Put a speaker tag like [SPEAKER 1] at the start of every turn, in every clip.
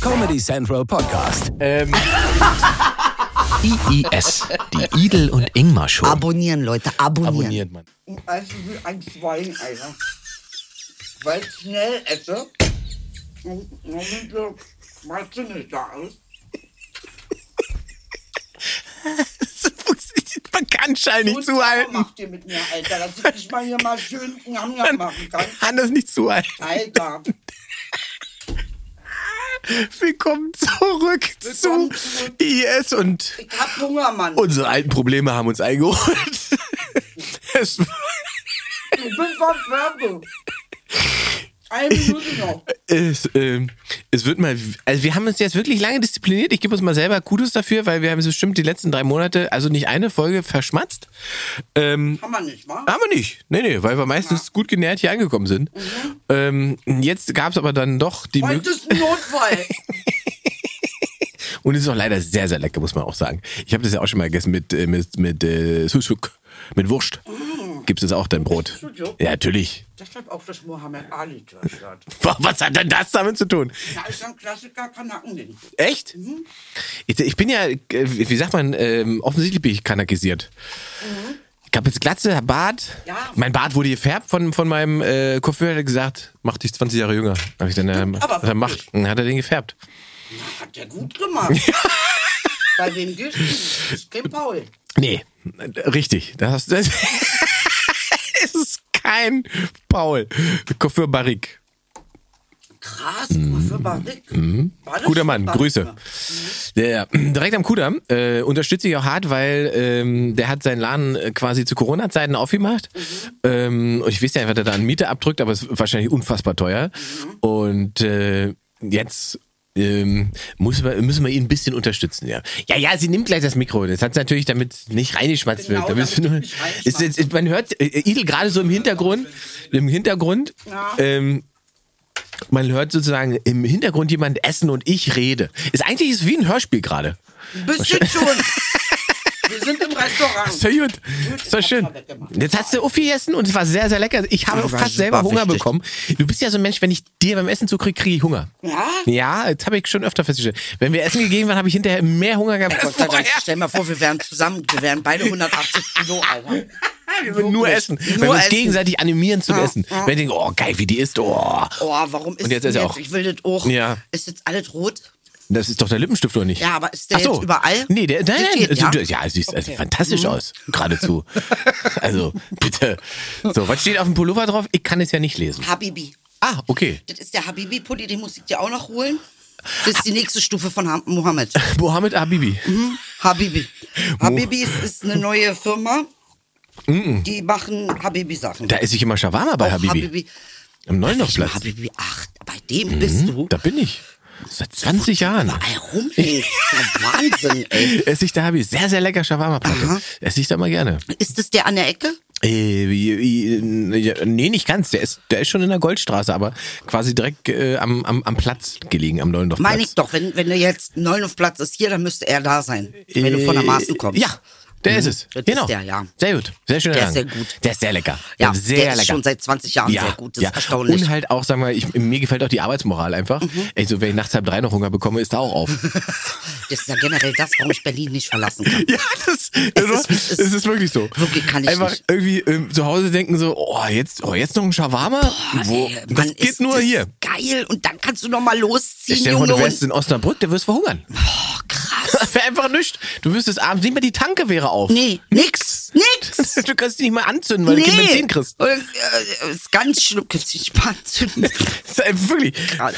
[SPEAKER 1] Comedy Central Podcast.
[SPEAKER 2] Ähm,
[SPEAKER 3] IIS, die Idel und Ingmar Show.
[SPEAKER 4] Abonnieren, Leute, abonnieren.
[SPEAKER 2] abonniert man.
[SPEAKER 5] Also wie ein Schwein, Alter. Weil ich schnell esse. Und Moment, weißt du nicht da ist.
[SPEAKER 3] Man kann Schall nicht zuhalten.
[SPEAKER 5] Macht ihr mit mir, Alter, dass ich nicht mal hier mal schön einen Hammer machen kann.
[SPEAKER 3] Kann das nicht zuhalten.
[SPEAKER 5] Alter,
[SPEAKER 3] Willkommen zurück
[SPEAKER 5] Willkommen
[SPEAKER 3] zu
[SPEAKER 5] zurück.
[SPEAKER 3] IIS und
[SPEAKER 5] ich hab Hunger, Mann.
[SPEAKER 3] unsere alten Probleme haben uns eingeholt. Es,
[SPEAKER 5] Ich bin verzweifelt. Eine Minute noch.
[SPEAKER 3] es, ähm, es wird mal, also wir haben uns jetzt wirklich lange diszipliniert. Ich gebe uns mal selber Kudos dafür, weil wir haben bestimmt die letzten drei Monate, also nicht eine Folge verschmatzt. Ähm,
[SPEAKER 5] Kann man nicht, wa?
[SPEAKER 3] Haben wir nicht. Nee, nee, weil wir meistens gut genährt hier angekommen sind. Ähm, jetzt gab es aber dann doch die
[SPEAKER 5] Heute
[SPEAKER 3] Möglichkeit.
[SPEAKER 5] ist ein Notfall.
[SPEAKER 3] Und es ist auch leider sehr, sehr lecker, muss man auch sagen. Ich habe das ja auch schon mal gegessen mit, äh, mit, mit äh, Sushuk, mit Wurst.
[SPEAKER 5] Mm.
[SPEAKER 3] Gibt es auch dein Brot?
[SPEAKER 5] Sushuk?
[SPEAKER 3] Ja, natürlich.
[SPEAKER 5] Das hat auch das Mohammed Ali zerstört.
[SPEAKER 3] Was hat denn das damit zu tun?
[SPEAKER 5] Da ist ein Klassiker Kanaken.
[SPEAKER 3] Echt?
[SPEAKER 5] Mhm.
[SPEAKER 3] Ich, ich bin ja, äh, wie sagt man, ähm, offensichtlich bin ich kanakisiert. Ich habe jetzt Glatze, hab Bart.
[SPEAKER 5] Mhm. Ja.
[SPEAKER 3] Mein Bart wurde gefärbt von, von meinem äh, Coiffeur, der gesagt, mach dich 20 Jahre jünger. Hab ich dann, ähm,
[SPEAKER 5] aber
[SPEAKER 3] hat er gemacht. Dann hat er den gefärbt.
[SPEAKER 5] Hat der gut gemacht. Bei wem gehst du? Das ist kein Paul.
[SPEAKER 3] Nee, richtig. Das, hast- das es ist kein Paul. Coiffeur Barrique.
[SPEAKER 5] Krass, guck mal, für Barik. War das
[SPEAKER 3] Mhm. Guter
[SPEAKER 5] schon
[SPEAKER 3] Mann,
[SPEAKER 5] Barik?
[SPEAKER 3] Grüße. Ja, ja. Direkt am Kudamm äh, unterstütze ich auch hart, weil ähm, der hat seinen Laden äh, quasi zu Corona-Zeiten aufgemacht.
[SPEAKER 5] Mhm.
[SPEAKER 3] Ähm, und ich weiß ja nicht, was er da an Miete abdrückt, aber es ist wahrscheinlich unfassbar teuer.
[SPEAKER 5] Mhm.
[SPEAKER 3] Und äh, jetzt ähm, muss, man- müssen wir ihn ein bisschen unterstützen, ja. Ja, ja, sie nimmt gleich das Mikro. Das hat sie natürlich, damit nicht reingeschmatzt
[SPEAKER 5] Genau,
[SPEAKER 3] wird. Damit
[SPEAKER 5] damit
[SPEAKER 3] nur,
[SPEAKER 5] nicht reingeschmatzt
[SPEAKER 3] ist, ist, ist, man hört äh, Idel gerade so im Hintergrund, im Hintergrund,
[SPEAKER 5] Ja.
[SPEAKER 3] ähm, man hört sozusagen im Hintergrund jemand essen und ich rede. Ist eigentlich ist wie ein Hörspiel gerade.
[SPEAKER 5] Ein bisschen schon. Wir sind im
[SPEAKER 3] Ist ja
[SPEAKER 5] Restaurant.
[SPEAKER 3] gut. Ist doch schön. Jetzt hast du Uffi gegessen und es war sehr, sehr lecker. Ich habe auch fast selber Hunger
[SPEAKER 4] wichtig.
[SPEAKER 3] bekommen. Du bist ja so ein Mensch, wenn ich dir beim Essen zukriege, kriege ich Hunger.
[SPEAKER 5] Ja?
[SPEAKER 3] Ja, das habe ich schon öfter festgestellt. Wenn wir Essen gegeben waren, habe ich hinterher mehr Hunger gehabt. als
[SPEAKER 4] Gott sei Dank,
[SPEAKER 3] vorher.
[SPEAKER 4] also stell mal vor, wir wären zusammen, wir wären beide 180 Kilo, Alter.
[SPEAKER 3] Wir würden nur essen. Wenn wir
[SPEAKER 4] Nur
[SPEAKER 3] uns
[SPEAKER 4] essen.
[SPEAKER 3] gegenseitig animieren zum Essen. Wenn ich denke, oh geil, wie die isst. Oh,
[SPEAKER 4] Oh, warum ist
[SPEAKER 3] Und jetzt
[SPEAKER 4] denn
[SPEAKER 3] ist er auch.
[SPEAKER 4] Ich will das auch.
[SPEAKER 3] Ja.
[SPEAKER 4] Ist jetzt alles rot?
[SPEAKER 3] das ist doch der Lippenstift, oder nicht?
[SPEAKER 4] Ja, aber ist der
[SPEAKER 3] Ach so.
[SPEAKER 4] jetzt überall?
[SPEAKER 3] Nee, der, nein,
[SPEAKER 4] Das
[SPEAKER 3] nein.
[SPEAKER 4] geht,
[SPEAKER 3] also,
[SPEAKER 4] ja? Mhm.
[SPEAKER 3] du- ja, sieht also fantastisch aus. Geradezu. also, bitte. So, was steht auf dem Pullover drauf? Ich kann es ja nicht lesen.
[SPEAKER 4] Habibi.
[SPEAKER 3] Ah, okay.
[SPEAKER 4] Das ist der Habibi-Pulli, den muss ich dir auch noch holen. Das ist die nächste Stufe von ha Mohammed.
[SPEAKER 3] Mohammed Habibi.
[SPEAKER 4] Mhm. Habibi. Habibi ist, ist eine neue Firma. Die machen Habibi-Sachen.
[SPEAKER 3] Da esse ich immer Shawarma bei Habibi. Im
[SPEAKER 4] Mal
[SPEAKER 3] Neunochplatz.
[SPEAKER 4] Habibi, ach, bei dem bist du.
[SPEAKER 3] Da bin ich. Seit 20 Jahren.
[SPEAKER 4] Überall rumhängst. Ja, Wahnsinn, ey.
[SPEAKER 3] Esse ich da Habibi. Sehr, sehr lecker Shawarma-Platte. Esse ich da mal gerne.
[SPEAKER 4] Ist das der an der Ecke?
[SPEAKER 3] Äh, wie- wie- ja, nee, nicht ganz. Der ist, der ist schon in der Goldstraße, aber quasi direkt äh, am, am, am Platz gelegen, am Neulendorfplatz.
[SPEAKER 4] Meine ich doch, wenn, wenn du jetzt Neulendorfplatz ist hier, dann müsste er da sein. Wenn du von der Maßen kommst.
[SPEAKER 3] Äh,
[SPEAKER 4] Mhm.
[SPEAKER 3] Ja, der ist es.
[SPEAKER 4] das ist
[SPEAKER 3] genau.
[SPEAKER 4] der, ja.
[SPEAKER 3] Sehr gut. Sehr schön.
[SPEAKER 4] Der ist sehr gut.
[SPEAKER 3] Der ist sehr lecker.
[SPEAKER 4] Ja,
[SPEAKER 3] sehr
[SPEAKER 4] der
[SPEAKER 3] lecker.
[SPEAKER 4] ist schon seit 20 Jahren sehr gut. Das ist erstaunlich. Mhm.
[SPEAKER 3] Und halt auch, sag mal, ich, mir gefällt auch die Arbeitsmoral einfach. Also, wenn ich nachts halb drei noch Hunger bekomme, ist da auch auf.
[SPEAKER 4] Das ist ja generell das, warum ich Berlin nicht verlassen kann.
[SPEAKER 3] Ja, das, das, ist,
[SPEAKER 4] ist- es ist-
[SPEAKER 3] es ist wirklich so.
[SPEAKER 4] Wirklich kann ich
[SPEAKER 3] Einfach
[SPEAKER 4] nicht.
[SPEAKER 3] irgendwie ähm, zu Hause denken so, oh, jetzt, oh, jetzt noch ein Shawarma? Wo,
[SPEAKER 5] Äh,
[SPEAKER 4] Ey,
[SPEAKER 3] Oh, das
[SPEAKER 4] Mann,
[SPEAKER 3] geht
[SPEAKER 4] ist
[SPEAKER 3] nur
[SPEAKER 4] das
[SPEAKER 3] hier.
[SPEAKER 4] Geil, und dann kannst du noch mal losziehen,
[SPEAKER 3] Stell dir vor,
[SPEAKER 4] Junge.
[SPEAKER 3] du wärst
[SPEAKER 4] Und,
[SPEAKER 3] in Osnabrück, der wirst verhungern.
[SPEAKER 4] oh, krass.
[SPEAKER 3] Wäre einfach nichts. Du wüsstest abends nicht mehr, die Tanke wäre auf.
[SPEAKER 4] Nee, nix, nix.
[SPEAKER 3] Du kannst die nicht mal anzünden, weil du kein Benzin kriegst.
[SPEAKER 4] Und, äh, ist ganz schlimm, kannst du nicht mal anzünden.
[SPEAKER 3] Das ist einfach wirklich.
[SPEAKER 4] Krass.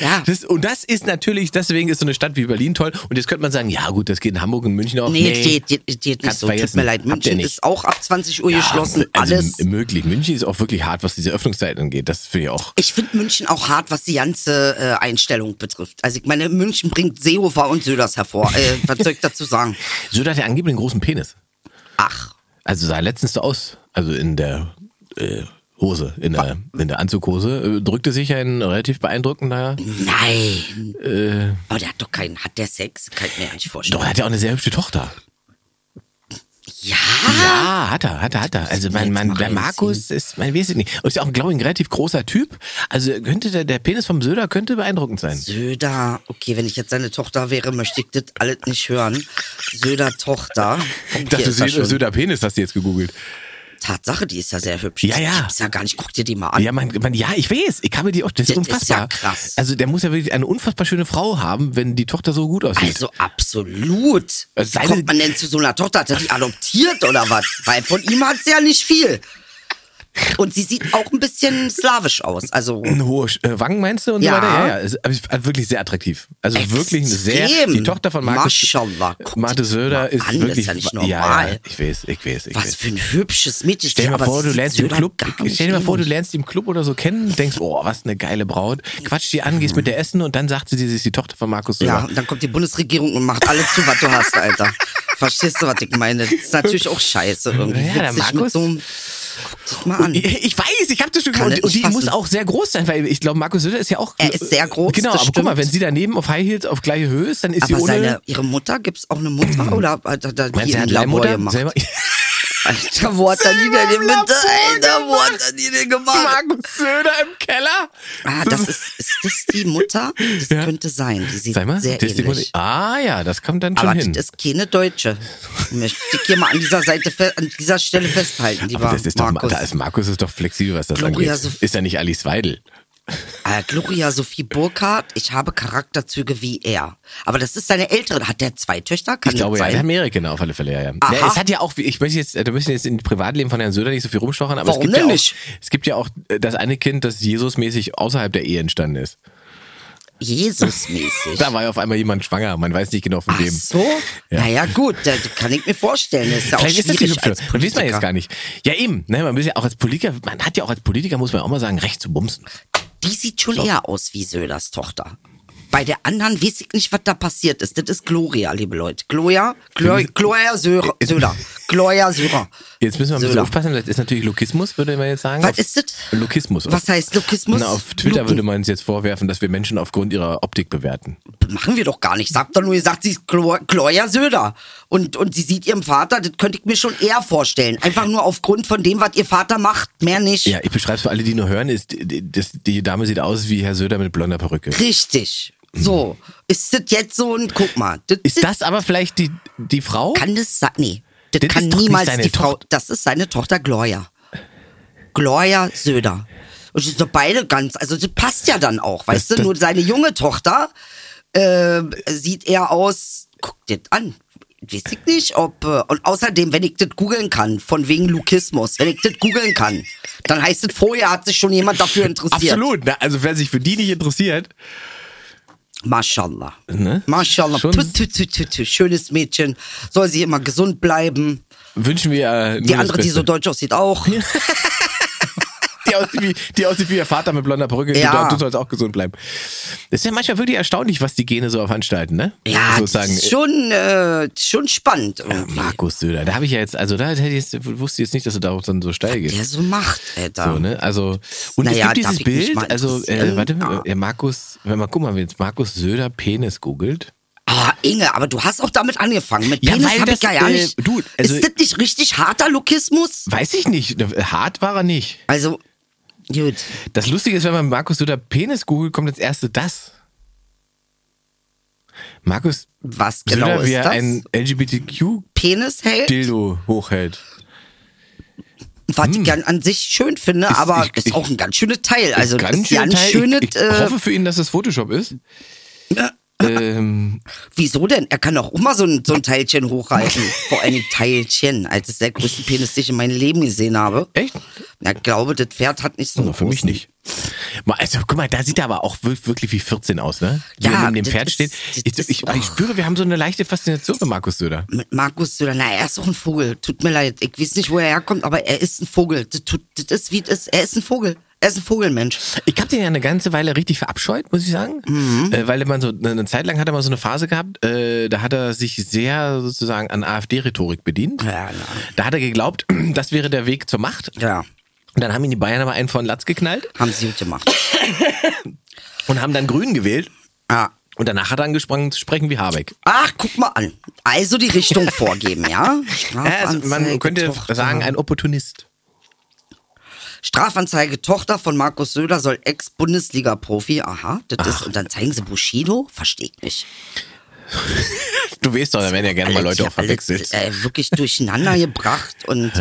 [SPEAKER 4] Ja.
[SPEAKER 3] Das, und das ist natürlich, deswegen ist so eine Stadt wie Berlin toll. Und jetzt könnte man sagen, ja gut, das geht in Hamburg und München auch.
[SPEAKER 4] Nee, geht, geht, geht nicht
[SPEAKER 3] Kannst
[SPEAKER 4] so. Tut
[SPEAKER 3] vergessen.
[SPEAKER 4] mir leid,
[SPEAKER 3] Habt ihr
[SPEAKER 4] München
[SPEAKER 3] nicht.
[SPEAKER 4] ist auch ab 20 Uhr
[SPEAKER 3] Ja,
[SPEAKER 4] geschlossen.
[SPEAKER 3] also
[SPEAKER 4] Alles.
[SPEAKER 3] m- Möglich. München ist auch wirklich hart, was diese Öffnungszeiten angeht. Das finde ich auch.
[SPEAKER 4] Ich finde München auch hart, was die ganze äh, Einstellung betrifft. Also ich meine, München bringt Seehofer und Söders hervor. Äh, was soll ich dazu sagen?
[SPEAKER 3] Söder hat ja angeblich einen großen Penis.
[SPEAKER 4] Ach,
[SPEAKER 3] Also sah letztens so aus. Also in der äh, Hose, in der, in der Anzughose, äh, drückte sich ein relativ beeindruckender.
[SPEAKER 4] nein.
[SPEAKER 3] Äh.
[SPEAKER 4] Aber der hat doch keinen, hat der Sex? Kann ich mir eigentlich vorstellen.
[SPEAKER 3] Doch, er hat ja auch eine sehr hübsche Tochter.
[SPEAKER 5] Ja.
[SPEAKER 3] Ja, Ah, hat er, hat er, hat er. Also mein, mein, der Markus ist, man weiß es nicht. Und ist ja auch, glaube ich, ein relativ großer Typ. Also könnte der, der Penis vom Söder könnte beeindruckend sein.
[SPEAKER 5] Söder, okay, wenn ich jetzt seine Tochter wäre, möchte ich das alles nicht hören. Söder Tochter. Okay,
[SPEAKER 3] Ich dachte,
[SPEAKER 5] ist er
[SPEAKER 3] Söder,
[SPEAKER 5] schon.
[SPEAKER 3] Söder Penis hast du jetzt gegoogelt.
[SPEAKER 5] Tatsache, die ist ja sehr hübsch.
[SPEAKER 3] Ja, ja.
[SPEAKER 5] Ich hab's ja gar nicht. Guck dir die mal an.
[SPEAKER 3] Ja, man, man, ja, ich weiß. Ich habe die auch. Das, ist
[SPEAKER 5] Das ist
[SPEAKER 3] unfassbar.
[SPEAKER 5] ja krass.
[SPEAKER 3] Also der muss ja wirklich eine unfassbar schöne Frau haben, wenn die Tochter so gut aussieht.
[SPEAKER 5] Also absolut.
[SPEAKER 3] Also
[SPEAKER 5] Wie
[SPEAKER 3] seine-
[SPEAKER 5] kommt man denn zu so einer Tochter? Hat er die adoptiert oder was? Weil von ihm hat sie ja nicht viel. Und sie sieht auch ein bisschen slawisch aus. Also
[SPEAKER 3] Ein hohe äh, Wangen meinst du und
[SPEAKER 5] Ja.
[SPEAKER 3] so weiter? Ja, ja. Ist, aber ist wirklich sehr attraktiv. Also wirklich eine sehr.
[SPEAKER 5] Extrem.
[SPEAKER 3] Die Tochter von Markus,
[SPEAKER 5] Maschallah, guck dir
[SPEAKER 3] Markus
[SPEAKER 5] das
[SPEAKER 3] Söder
[SPEAKER 5] mal
[SPEAKER 3] ist
[SPEAKER 5] an, das ist
[SPEAKER 3] wirklich.
[SPEAKER 5] ja nicht
[SPEAKER 3] wa- Ja,
[SPEAKER 5] normal.
[SPEAKER 3] ich weiß, ich weiß, ich
[SPEAKER 5] was
[SPEAKER 3] weiß.
[SPEAKER 5] für ein hübsches Mädchen.
[SPEAKER 3] Stell dir mal
[SPEAKER 5] Aber
[SPEAKER 3] vor,
[SPEAKER 5] sie
[SPEAKER 3] du
[SPEAKER 5] sieht
[SPEAKER 3] lernst im
[SPEAKER 5] Söder
[SPEAKER 3] Club,
[SPEAKER 5] gar nicht
[SPEAKER 3] stell dir mal vor, du
[SPEAKER 5] ähnlich.
[SPEAKER 3] lernst im Club oder so kennen, denkst, oh, was eine geile Braut. Quatsch die an, gehst mit der essen und dann sagt sie dir, sie ist die Tochter von Markus Söder.
[SPEAKER 5] Mhm. Ja, und dann kommt die Bundesregierung und macht alles zu, was du hast, Alter. Verstehst du, was ich meine? Das ist natürlich auch scheiße irgendwie.
[SPEAKER 3] Ja, der
[SPEAKER 5] Witzig mit
[SPEAKER 3] Markus-
[SPEAKER 5] so einem- Guck dich mal an.
[SPEAKER 3] Ich ich weiß, ich habe das schon
[SPEAKER 5] Kann
[SPEAKER 3] gehört.
[SPEAKER 5] das
[SPEAKER 3] Und die
[SPEAKER 5] nicht
[SPEAKER 3] muss
[SPEAKER 5] fassen.
[SPEAKER 3] auch sehr groß sein, weil ich glaube, Markus Söder ist ja auch.
[SPEAKER 5] Er ist sehr groß,
[SPEAKER 3] Genau,
[SPEAKER 5] das
[SPEAKER 3] aber guck mal,
[SPEAKER 5] stimmt.
[SPEAKER 3] wenn sie daneben auf High Heels auf gleiche Höhe ist, dann ist
[SPEAKER 5] Aber
[SPEAKER 3] sie ohne.
[SPEAKER 5] seine, ihre Mutter, gibt's auch eine Mutter? Oder hat er da
[SPEAKER 3] meinst
[SPEAKER 5] die
[SPEAKER 3] du, er
[SPEAKER 5] im
[SPEAKER 3] hat
[SPEAKER 5] Labor
[SPEAKER 3] Leihmutter?
[SPEAKER 5] gemacht?
[SPEAKER 3] Selber-
[SPEAKER 5] Alter, wo hat er die denn
[SPEAKER 3] Selber im
[SPEAKER 5] gemacht?
[SPEAKER 3] Labor
[SPEAKER 5] Alter, wo hat er die denn gemacht?
[SPEAKER 3] Markus Söder im Keller.
[SPEAKER 5] Ah, das ist, ist das die Mutter? Das
[SPEAKER 3] Ja.
[SPEAKER 5] könnte sein. Die sieht
[SPEAKER 3] Sag mal,
[SPEAKER 5] sehr
[SPEAKER 3] das ist die Mutter-
[SPEAKER 5] ähnlich.
[SPEAKER 3] Ah ja, das kommt dann schon
[SPEAKER 5] Aber
[SPEAKER 3] hin.
[SPEAKER 5] das ist keine Deutsche. Möchte ich hier mal an dieser Seite, fe- an dieser Stelle festhalten, lieber
[SPEAKER 3] aber das ist doch,
[SPEAKER 5] Markus.
[SPEAKER 3] da ist Markus ist doch flexibel, was das
[SPEAKER 5] Gloria
[SPEAKER 3] angeht.
[SPEAKER 5] Sof-
[SPEAKER 3] Ist ja nicht Alice Weidel.
[SPEAKER 5] Äh, Gloria Sophie Burkhardt, ich habe Charakterzüge wie er. Aber das ist seine ältere. Hat der zwei Töchter? Kann
[SPEAKER 3] Ich glaube,
[SPEAKER 5] das
[SPEAKER 3] ja,
[SPEAKER 5] sein?
[SPEAKER 3] in Amerika genau, auf alle Fälle, ja. ja.
[SPEAKER 5] Aha.
[SPEAKER 3] Na, es hat ja auch, ich möchte jetzt, da müssen wir jetzt in das Privatleben von Herrn Söder nicht so viel rumstochern, aber
[SPEAKER 5] Warum
[SPEAKER 3] es gibt ja
[SPEAKER 5] denn
[SPEAKER 3] auch,
[SPEAKER 5] nicht?
[SPEAKER 3] es gibt ja auch äh, das eine Kind, das Jesusmäßig außerhalb der Ehe entstanden ist.
[SPEAKER 5] Jesusmäßig.
[SPEAKER 3] Da war ja auf einmal jemand schwanger, man weiß nicht genau von
[SPEAKER 5] Ach
[SPEAKER 3] wem.
[SPEAKER 5] so?
[SPEAKER 3] Ja.
[SPEAKER 5] Naja, gut, das kann ich mir vorstellen. Das ist ja auch
[SPEAKER 3] Vielleicht ist das die
[SPEAKER 5] schwierig
[SPEAKER 3] Hübsche.
[SPEAKER 5] als
[SPEAKER 3] Das weiß man jetzt
[SPEAKER 5] Politiker.
[SPEAKER 3] gar nicht. Ja, eben. Ne, man, muss ja auch als Politiker, man hat ja auch als Politiker, muss man auch mal sagen, recht zu bumsen.
[SPEAKER 5] Die sieht schon eher aus wie Söders Tochter. Bei der anderen weiß ich nicht, was da passiert ist. Das ist Gloria, liebe Leute. Gloria, Glo Gloria Söder.
[SPEAKER 3] Äh,
[SPEAKER 5] Söder. Gloria Söder.
[SPEAKER 3] Jetzt müssen wir ein bisschen
[SPEAKER 5] Söder.
[SPEAKER 3] aufpassen, das ist natürlich Lokismus, würde man jetzt sagen.
[SPEAKER 5] Was
[SPEAKER 3] Auf-
[SPEAKER 5] ist das?
[SPEAKER 3] Lokismus.
[SPEAKER 5] Was heißt Lokismus?
[SPEAKER 3] Na, auf Twitter
[SPEAKER 5] Luken.
[SPEAKER 3] würde man uns jetzt vorwerfen, dass wir Menschen aufgrund ihrer Optik bewerten.
[SPEAKER 5] machen wir doch gar nicht. Sagt doch nur, ihr sagt, sie ist Glo- Gloria Söder. Und, und sie sieht ihrem Vater, das könnte ich mir schon eher vorstellen. Einfach nur aufgrund von dem, was ihr Vater macht, mehr nicht.
[SPEAKER 3] Ja, ich beschreibe es für alle, die nur hören, ist, die- das, die Dame sieht aus wie Herr Söder mit blonder Perücke.
[SPEAKER 5] Richtig. So. Ist das jetzt so ein, guck mal. Das,
[SPEAKER 3] Ist das aber vielleicht die, die Frau?
[SPEAKER 5] Kann das sein? Nee. Das,
[SPEAKER 3] Das
[SPEAKER 5] kann
[SPEAKER 3] ist doch nicht
[SPEAKER 5] niemals
[SPEAKER 3] seine
[SPEAKER 5] die Frau.
[SPEAKER 3] Tochter.
[SPEAKER 5] Das ist seine Tochter Gloria. Gloria Söder. Und das sind doch beide ganz, also das passt ja dann auch, weißt du?
[SPEAKER 3] das-
[SPEAKER 5] Nur seine junge Tochter äh, sieht eher aus, guck dir das an. Weiß ich nicht, ob. Äh, und außerdem, wenn ich das googeln kann, von wegen Lukismus, wenn ich das googeln kann, dann heißt es, vorher hat sich schon jemand dafür interessiert.
[SPEAKER 3] Absolut. Na, also wer sich für die nicht interessiert,
[SPEAKER 5] Maschallah.
[SPEAKER 3] Ne?
[SPEAKER 5] Maschallah.
[SPEAKER 3] Schon-
[SPEAKER 5] Tü, tü, tü, tü, tü. Schönes Mädchen. Soll sie immer gesund bleiben.
[SPEAKER 3] wünschen wir äh, nur
[SPEAKER 5] Die
[SPEAKER 3] das
[SPEAKER 5] andere, die
[SPEAKER 3] Beste.
[SPEAKER 5] so deutsch aussieht, auch.
[SPEAKER 3] Die aussieht, wie, die aussieht wie ihr Vater mit blonder Perücke. Genau,
[SPEAKER 5] Ja.
[SPEAKER 3] Du, du sollst auch gesund bleiben. Das ist ja manchmal wirklich erstaunlich, was die Gene so veranstalten, ne?
[SPEAKER 5] Ja,
[SPEAKER 3] sozusagen.
[SPEAKER 5] das ist schon, äh, schon spannend Oh, irgendwie.
[SPEAKER 3] Markus Söder, da habe ich ja jetzt, also da hätte ich jetzt, wusste ich jetzt nicht, dass er darauf dann so steil geht.
[SPEAKER 5] Der so macht, Alter.
[SPEAKER 3] So, ne? Also, und es
[SPEAKER 5] Naja,
[SPEAKER 3] gibt
[SPEAKER 5] darf
[SPEAKER 3] dieses
[SPEAKER 5] ich mich mal
[SPEAKER 3] Bild, also, äh,
[SPEAKER 5] interessieren?
[SPEAKER 3] warte,
[SPEAKER 5] Ja.
[SPEAKER 3] äh, Markus, wenn man, guck mal, wenn jetzt Markus Söder Penis googelt.
[SPEAKER 5] Ah, Inge, aber du hast auch damit angefangen. Mit
[SPEAKER 3] Ja,
[SPEAKER 5] Penis
[SPEAKER 3] weil
[SPEAKER 5] hab
[SPEAKER 3] das,
[SPEAKER 5] ich ja, ja
[SPEAKER 3] äh,
[SPEAKER 5] nicht.
[SPEAKER 3] du, also-
[SPEAKER 5] ist das nicht richtig harter Lokismus?
[SPEAKER 3] Weiß ich nicht, hart war er nicht.
[SPEAKER 5] Also, gut.
[SPEAKER 3] Das Lustige ist, wenn man Markus Söder Penis googelt, kommt als erste das. Markus
[SPEAKER 5] Was genau
[SPEAKER 3] Söder,
[SPEAKER 5] ist
[SPEAKER 3] wie er
[SPEAKER 5] das?
[SPEAKER 3] ein LGBTQ-Dildo
[SPEAKER 5] Penis hält?
[SPEAKER 3] hochhält.
[SPEAKER 5] was ich gern an sich schön finde, aber
[SPEAKER 3] Hm. ich-
[SPEAKER 5] ist
[SPEAKER 3] ich-
[SPEAKER 5] auch ein ganz schönes Teil. Also, das
[SPEAKER 3] Ganz
[SPEAKER 5] ist ja
[SPEAKER 3] schön
[SPEAKER 5] ein
[SPEAKER 3] Teil.
[SPEAKER 5] schönes.
[SPEAKER 3] ich, ich
[SPEAKER 5] äh,
[SPEAKER 3] hoffe für ihn, dass das Photoshop ist. ähm,
[SPEAKER 5] Wieso denn? Er kann doch immer so ein, so ein Teilchen hochhalten. Vor allem Teilchen. Also das ist der größte Penis, den ich in meinem Leben gesehen habe.
[SPEAKER 3] Echt?
[SPEAKER 5] Ja, ich glaube, das Pferd hat nicht so.
[SPEAKER 3] Also für mich
[SPEAKER 5] großen-
[SPEAKER 3] nicht. Mal, Also guck mal, da sieht er aber auch wir- wirklich wie 14 aus, ne? Wie
[SPEAKER 5] Ja,
[SPEAKER 3] er neben dem
[SPEAKER 5] das
[SPEAKER 3] Pferd
[SPEAKER 5] ist-
[SPEAKER 3] steht.
[SPEAKER 5] das
[SPEAKER 3] Ich,
[SPEAKER 5] ist-
[SPEAKER 3] ich, ich spüre, wir haben so eine leichte Faszination für Markus Söder.
[SPEAKER 5] Mit Markus Söder. Na, er ist auch ein Vogel. Tut mir leid. Ich weiß nicht, wo er herkommt, aber er ist ein Vogel. Das, tut, das ist wie das ist. Er ist ein Vogel. Er ist ein Vogelmensch.
[SPEAKER 3] Ich habe den ja eine ganze Weile richtig verabscheut, muss ich sagen. Äh, weil man so eine Zeit lang hat er mal so eine Phase gehabt, äh, da hat er sich sehr sozusagen an AfD-Rhetorik bedient.
[SPEAKER 5] Ja, na.
[SPEAKER 3] Da hat er geglaubt, das wäre der Weg zur Macht.
[SPEAKER 5] Ja,
[SPEAKER 3] Und dann haben ihn die Bayern aber einen von Latz geknallt
[SPEAKER 5] haben sie gut gemacht.
[SPEAKER 3] und haben dann Grün gewählt.
[SPEAKER 5] Ja.
[SPEAKER 3] Und danach hat er angesprochen zu sprechen wie Habeck.
[SPEAKER 5] Ah. Ach, guck mal an. Also die Richtung vorgeben, ja?
[SPEAKER 3] Also, man
[SPEAKER 5] Strafanzeige,
[SPEAKER 3] könnte
[SPEAKER 5] Tochter.
[SPEAKER 3] sagen, ein Opportunist.
[SPEAKER 5] Strafanzeige Tochter von Markus Söder soll Ex-Bundesliga-Profi. Aha, das ist. Und dann zeigen sie Bushido? Versteht mich.
[SPEAKER 3] Du weißt doch, da werden ja gerne mal
[SPEAKER 5] Alles
[SPEAKER 3] Leute
[SPEAKER 5] hier
[SPEAKER 3] auch verwechselt.
[SPEAKER 5] alles, Äh, wirklich durcheinander gebracht und.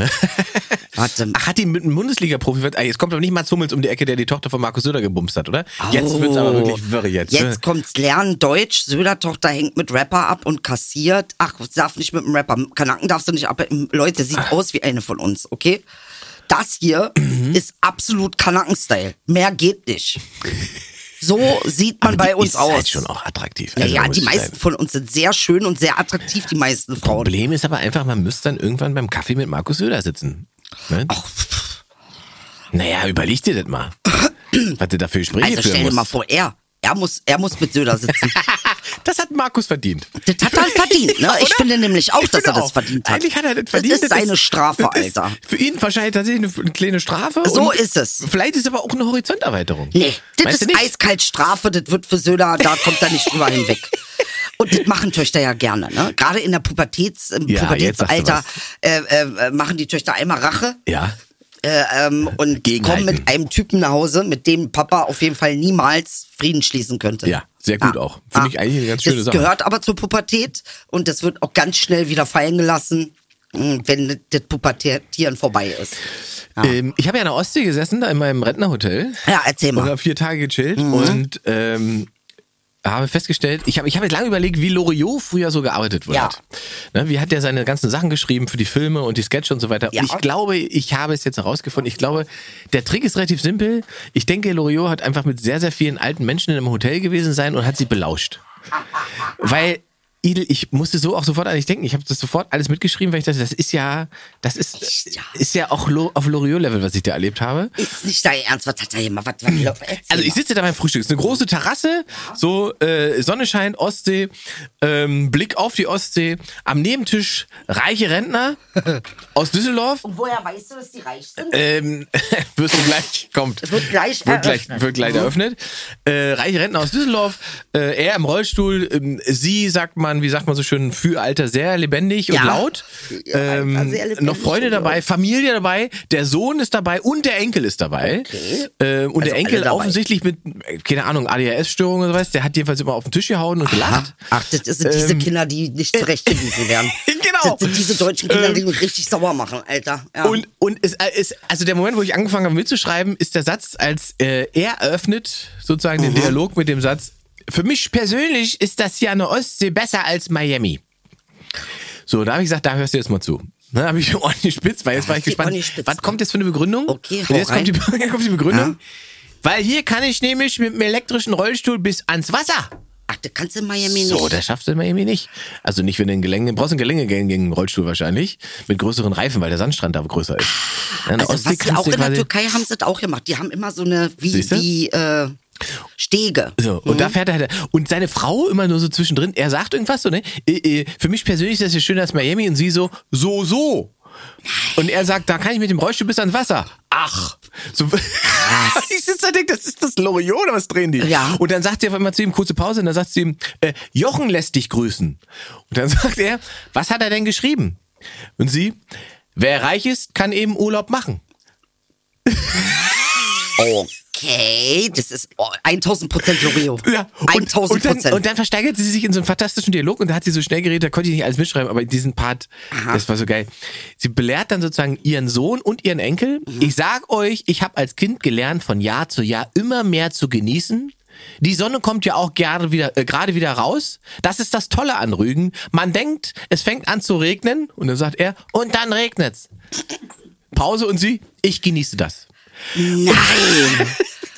[SPEAKER 5] Warte,
[SPEAKER 3] Ach, hat die mit einem Bundesliga-Profi? Ah, Jetzt kommt aber nicht Mats Hummels um die Ecke, der die Tochter von Markus Söder gebumst hat, oder? Jetzt wird's aber wirklich wirr jetzt. ne?
[SPEAKER 5] Jetzt kommt's Lernen Deutsch. Söder-Tochter hängt mit Rapper ab und kassiert. Ach, darf nicht mit dem Rapper. Kanaken darfst du nicht ab. hm, Leute, sieht aus wie eine von uns, okay? Das hier
[SPEAKER 3] Mhm.
[SPEAKER 5] ist absolut Kanaken-Style. Mehr geht nicht. So sieht man
[SPEAKER 3] Aber die
[SPEAKER 5] bei uns
[SPEAKER 3] ist
[SPEAKER 5] aus.
[SPEAKER 3] Halt schon auch attraktiv. Also,
[SPEAKER 5] naja,
[SPEAKER 3] muss
[SPEAKER 5] die
[SPEAKER 3] ich
[SPEAKER 5] meisten
[SPEAKER 3] sagen.
[SPEAKER 5] von uns sind sehr schön und sehr attraktiv, die meisten Frauen.
[SPEAKER 3] Problem ist aber einfach, man müsste dann irgendwann beim Kaffee mit Markus Söder sitzen. Ne?
[SPEAKER 5] Ach, pff.
[SPEAKER 3] Naja, überleg dir das mal. Was du dafür Gespräche
[SPEAKER 5] also
[SPEAKER 3] führen
[SPEAKER 5] stell dir
[SPEAKER 3] musst.
[SPEAKER 5] mal vor, er. Er muss, er muss mit Söder sitzen.
[SPEAKER 3] Das hat Markus verdient.
[SPEAKER 5] Das hat er verdient, ne? Ich
[SPEAKER 3] Oder?
[SPEAKER 5] finde nämlich auch,
[SPEAKER 3] Ich
[SPEAKER 5] dass
[SPEAKER 3] finde
[SPEAKER 5] er das
[SPEAKER 3] auch.
[SPEAKER 5] verdient hat.
[SPEAKER 3] Eigentlich hat er das verdient.
[SPEAKER 5] Das ist seine Strafe,
[SPEAKER 3] das ist
[SPEAKER 5] Alter.
[SPEAKER 3] Für ihn wahrscheinlich tatsächlich eine, eine kleine Strafe.
[SPEAKER 5] So
[SPEAKER 3] und
[SPEAKER 5] ist es.
[SPEAKER 3] Vielleicht ist aber auch eine Horizonterweiterung.
[SPEAKER 5] Nee, das
[SPEAKER 3] Meinst du
[SPEAKER 5] ist
[SPEAKER 3] nicht?
[SPEAKER 5] eiskalt Strafe, das wird für Söder, da kommt er nicht drüber hinweg. Und das machen Töchter ja gerne, ne? Gerade in der Pubertäts, im
[SPEAKER 3] Ja, jetzt sagst du
[SPEAKER 5] Pubertätsalter äh, äh, äh, machen die Töchter einmal Rache
[SPEAKER 3] Ja.
[SPEAKER 5] äh, ähm, und
[SPEAKER 3] Gegenhalten.
[SPEAKER 5] kommen mit einem Typen nach Hause, mit dem Papa auf jeden Fall niemals Frieden schließen könnte. Ah,
[SPEAKER 3] Ja, sehr gut auch. Finde ich eigentlich eine ganz schöne
[SPEAKER 5] das
[SPEAKER 3] Sache.
[SPEAKER 5] gehört aber zur Pubertät und das wird auch ganz schnell wieder fallen gelassen, mh, wenn das Pubertieren vorbei ist. Ja,
[SPEAKER 3] Ähm, ich habe ja in der Ostsee gesessen, da in meinem Rentnerhotel.
[SPEAKER 5] ja erzähl mal.
[SPEAKER 3] Oder vier Tage gechillt
[SPEAKER 5] Mhm.
[SPEAKER 3] und ähm, habe festgestellt, ich habe ich hab jetzt lange überlegt, wie Loriot früher so gearbeitet wird.
[SPEAKER 5] Ja.
[SPEAKER 3] Ne, wie hat der seine ganzen Sachen geschrieben für die Filme und die Sketche und so weiter.
[SPEAKER 5] Ja.
[SPEAKER 3] Und ich glaube, ich habe es jetzt herausgefunden. Ich glaube, der Trick ist relativ simpel. Ich denke, Loriot hat einfach mit sehr, sehr vielen alten Menschen in einem Hotel gewesen sein und hat sie belauscht. Weil. Idel, ich musste so auch sofort an dich denken. Ich habe das sofort alles mitgeschrieben, weil ich dachte, das ist ja, das ist,
[SPEAKER 5] Ja.
[SPEAKER 3] ist ja auch Lo- auf Loriot-Level, was ich da erlebt habe.
[SPEAKER 5] Ist nicht dein Ernst, was hat er hier mal? Was, was, erzähl
[SPEAKER 3] Also ich
[SPEAKER 5] mal.
[SPEAKER 3] sitze da beim Frühstück. Es ist eine große Terrasse, so äh, Sonne scheint, Ostsee, ähm, Blick auf die Ostsee. Am Nebentisch reiche Rentner aus Düsseldorf.
[SPEAKER 5] Woher weißt du, dass die reich sind?
[SPEAKER 3] Ähm, wirst du gleich, kommt.
[SPEAKER 5] Es wird gleich
[SPEAKER 3] Wird gleich,
[SPEAKER 5] eröffnet. Mhm.
[SPEAKER 3] wird gleich eröffnet. Äh, reiche Rentner aus Düsseldorf, äh, er im Rollstuhl, ähm, sie, sagt man, wie sagt man so schön, für Alter sehr lebendig
[SPEAKER 5] Ja.
[SPEAKER 3] und laut.
[SPEAKER 5] Für ihr
[SPEAKER 3] Ähm,
[SPEAKER 5] Alter sehr lebendig
[SPEAKER 3] noch Freunde
[SPEAKER 5] und
[SPEAKER 3] dabei, Familie dabei, der Sohn ist dabei und der Enkel ist dabei. Äh, und der
[SPEAKER 5] Also alle
[SPEAKER 3] Enkel
[SPEAKER 5] dabei.
[SPEAKER 3] offensichtlich mit, äh, keine Ahnung, ADHS-Störungen oder was, der hat jedenfalls immer auf den Tisch gehauen und gelacht.
[SPEAKER 5] Ach, das sind diese Kinder, die nicht zurechtgewiesen werden.
[SPEAKER 3] ähm, Genau.
[SPEAKER 5] Das sind diese deutschen Kinder,
[SPEAKER 3] Ähm,
[SPEAKER 5] die uns richtig sauer machen, Alter. Ja.
[SPEAKER 3] Und, und es, äh, es, also der Moment, wo ich angefangen habe mitzuschreiben, ist der Satz, als äh, er öffnet sozusagen
[SPEAKER 5] Mhm.
[SPEAKER 3] den Dialog mit dem Satz, für mich persönlich ist das hier an der Ostsee besser als Miami. So, da habe ich gesagt, da hörst du jetzt mal zu. Dann habe ich ordentlich spitz, weil jetzt war ich
[SPEAKER 5] hast du
[SPEAKER 3] gespannt,
[SPEAKER 5] ordentlich spitz. ne?
[SPEAKER 3] was kommt jetzt für eine Begründung?
[SPEAKER 5] Okay,
[SPEAKER 3] Und
[SPEAKER 5] hau
[SPEAKER 3] jetzt kommt die, kommt die Begründung.
[SPEAKER 5] Ja.
[SPEAKER 3] Weil hier kann ich nämlich mit dem elektrischen Rollstuhl bis ans Wasser.
[SPEAKER 5] Ach, das kannst du in Miami
[SPEAKER 3] So,
[SPEAKER 5] nicht.
[SPEAKER 3] das schaffst du in Miami nicht. Also nicht, wenn du in Gelänge, brauchst ein Gelänge gegen einen Rollstuhl wahrscheinlich. Mit größeren Reifen, weil der Sandstrand da größer ist. Ja, in der
[SPEAKER 5] also,
[SPEAKER 3] Ostsee
[SPEAKER 5] was die
[SPEAKER 3] kannst
[SPEAKER 5] auch
[SPEAKER 3] du
[SPEAKER 5] in der
[SPEAKER 3] quasi-
[SPEAKER 5] Türkei haben sie das auch gemacht. Die haben immer so eine, wie,
[SPEAKER 3] Siehst du?
[SPEAKER 5] wie äh, Stege.
[SPEAKER 3] So, und da fährt er halt, und seine Frau immer nur so zwischendrin, er sagt irgendwas so, ne? Äh, äh, Für mich persönlich ist das hier schöner als Miami und sie so, so, so. Und er sagt, da kann ich mit dem Rollstuhl bis ans Wasser. Ach. So, ich sitze da und denke, das ist das Loriot oder was drehen die?
[SPEAKER 5] Ja.
[SPEAKER 3] Und dann sagt sie auf einmal zu ihm, kurze Pause, und dann sagt sie ihm, äh, Jochen lässt dich grüßen. Und dann sagt er, was hat er denn geschrieben? Und sie, wer reich ist, kann eben Urlaub machen.
[SPEAKER 5] Okay, das ist oh, 1000 Prozent L'Oreal.
[SPEAKER 3] Ja, und, und,
[SPEAKER 5] 1000
[SPEAKER 3] dann, und
[SPEAKER 5] Prozent.
[SPEAKER 3] dann versteigert sie sich in so einen fantastischen Dialog und da hat sie so schnell geredet, da konnte ich nicht alles mitschreiben, aber diesen Part, das war so geil. Sie belehrt dann sozusagen ihren Sohn und ihren Enkel.
[SPEAKER 5] Mhm.
[SPEAKER 3] Ich sag euch, ich habe als Kind gelernt, von Jahr zu Jahr immer mehr zu genießen. Die Sonne kommt ja auch gerade wieder, äh, gerade wieder raus. Das ist das Tolle an Rügen. Man denkt, es fängt an zu regnen und dann sagt er, und dann regnet's. Pause und sie, ich genieße das.
[SPEAKER 5] Nein,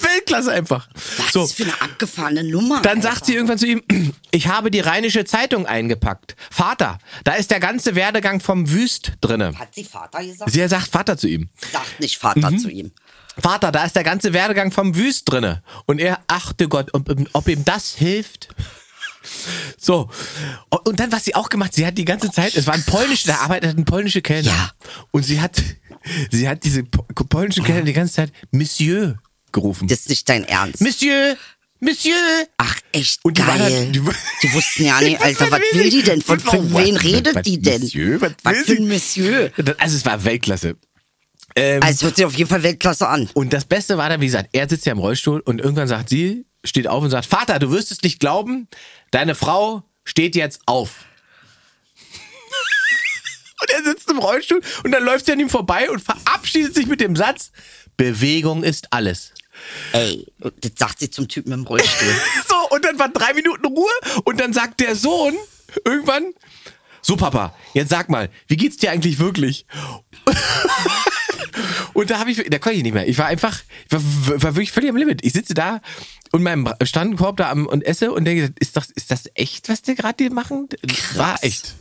[SPEAKER 3] Weltklasse einfach.
[SPEAKER 5] was
[SPEAKER 3] so.
[SPEAKER 5] für eine abgefahrene Nummer.
[SPEAKER 3] Dann sagt sie irgendwann zu ihm, ich habe die Rheinische Zeitung eingepackt. Vater, da ist der ganze Werdegang vom Wüst drinne.
[SPEAKER 5] Hat sie Vater gesagt?
[SPEAKER 3] Sie Mhm. sagt Vater zu ihm.
[SPEAKER 5] sagt nicht Vater zu ihm.
[SPEAKER 3] Vater, da ist der ganze Werdegang vom Wüst drinne. Und er, achte Gott, ob, ob ihm das hilft. So. Und dann, was sie auch gemacht, sie hat die ganze Zeit, es waren polnische, da arbeiteten polnische Kellner.
[SPEAKER 5] Ja.
[SPEAKER 3] Und sie hat, sie hat diese po- polnischen Kellner die ganze Zeit Monsieur gerufen.
[SPEAKER 5] Das ist nicht dein Ernst.
[SPEAKER 3] Monsieur! Monsieur!
[SPEAKER 4] Ach, echt
[SPEAKER 3] Und die war
[SPEAKER 4] geil.
[SPEAKER 3] halt-
[SPEAKER 4] die,
[SPEAKER 3] die war-
[SPEAKER 4] wussten ja nicht, Alter, was will die denn? Von, von
[SPEAKER 3] Was-
[SPEAKER 4] wem redet
[SPEAKER 3] was-
[SPEAKER 4] die denn?
[SPEAKER 3] Monsieur, was will
[SPEAKER 4] für ein
[SPEAKER 3] sie?
[SPEAKER 4] Monsieur?
[SPEAKER 3] Das- Also es war Weltklasse. Ähm,
[SPEAKER 4] Also, es hört sich auf jeden Fall Weltklasse an.
[SPEAKER 3] und das Beste war dann, wie gesagt, er sitzt ja im Rollstuhl und irgendwann sagt sie, steht auf und sagt, Vater, du wirst es nicht glauben, deine Frau steht jetzt auf. und er sitzt im Rollstuhl und dann läuft sie an ihm vorbei und verabschiedet sich mit dem Satz, Bewegung ist alles.
[SPEAKER 4] Ey, das sagt sie zum Typen im Rollstuhl.
[SPEAKER 3] So, und dann war drei Minuten Ruhe und dann sagt der Sohn irgendwann, so Papa, jetzt sag mal, wie geht's dir eigentlich wirklich? und da habe ich, da konnte ich nicht mehr. Ich war einfach, ich war, war wirklich völlig am Limit. Ich sitze da und meinem Standkorb da am, und esse und denke, ist das, ist das echt, was die gerade machen? War echt.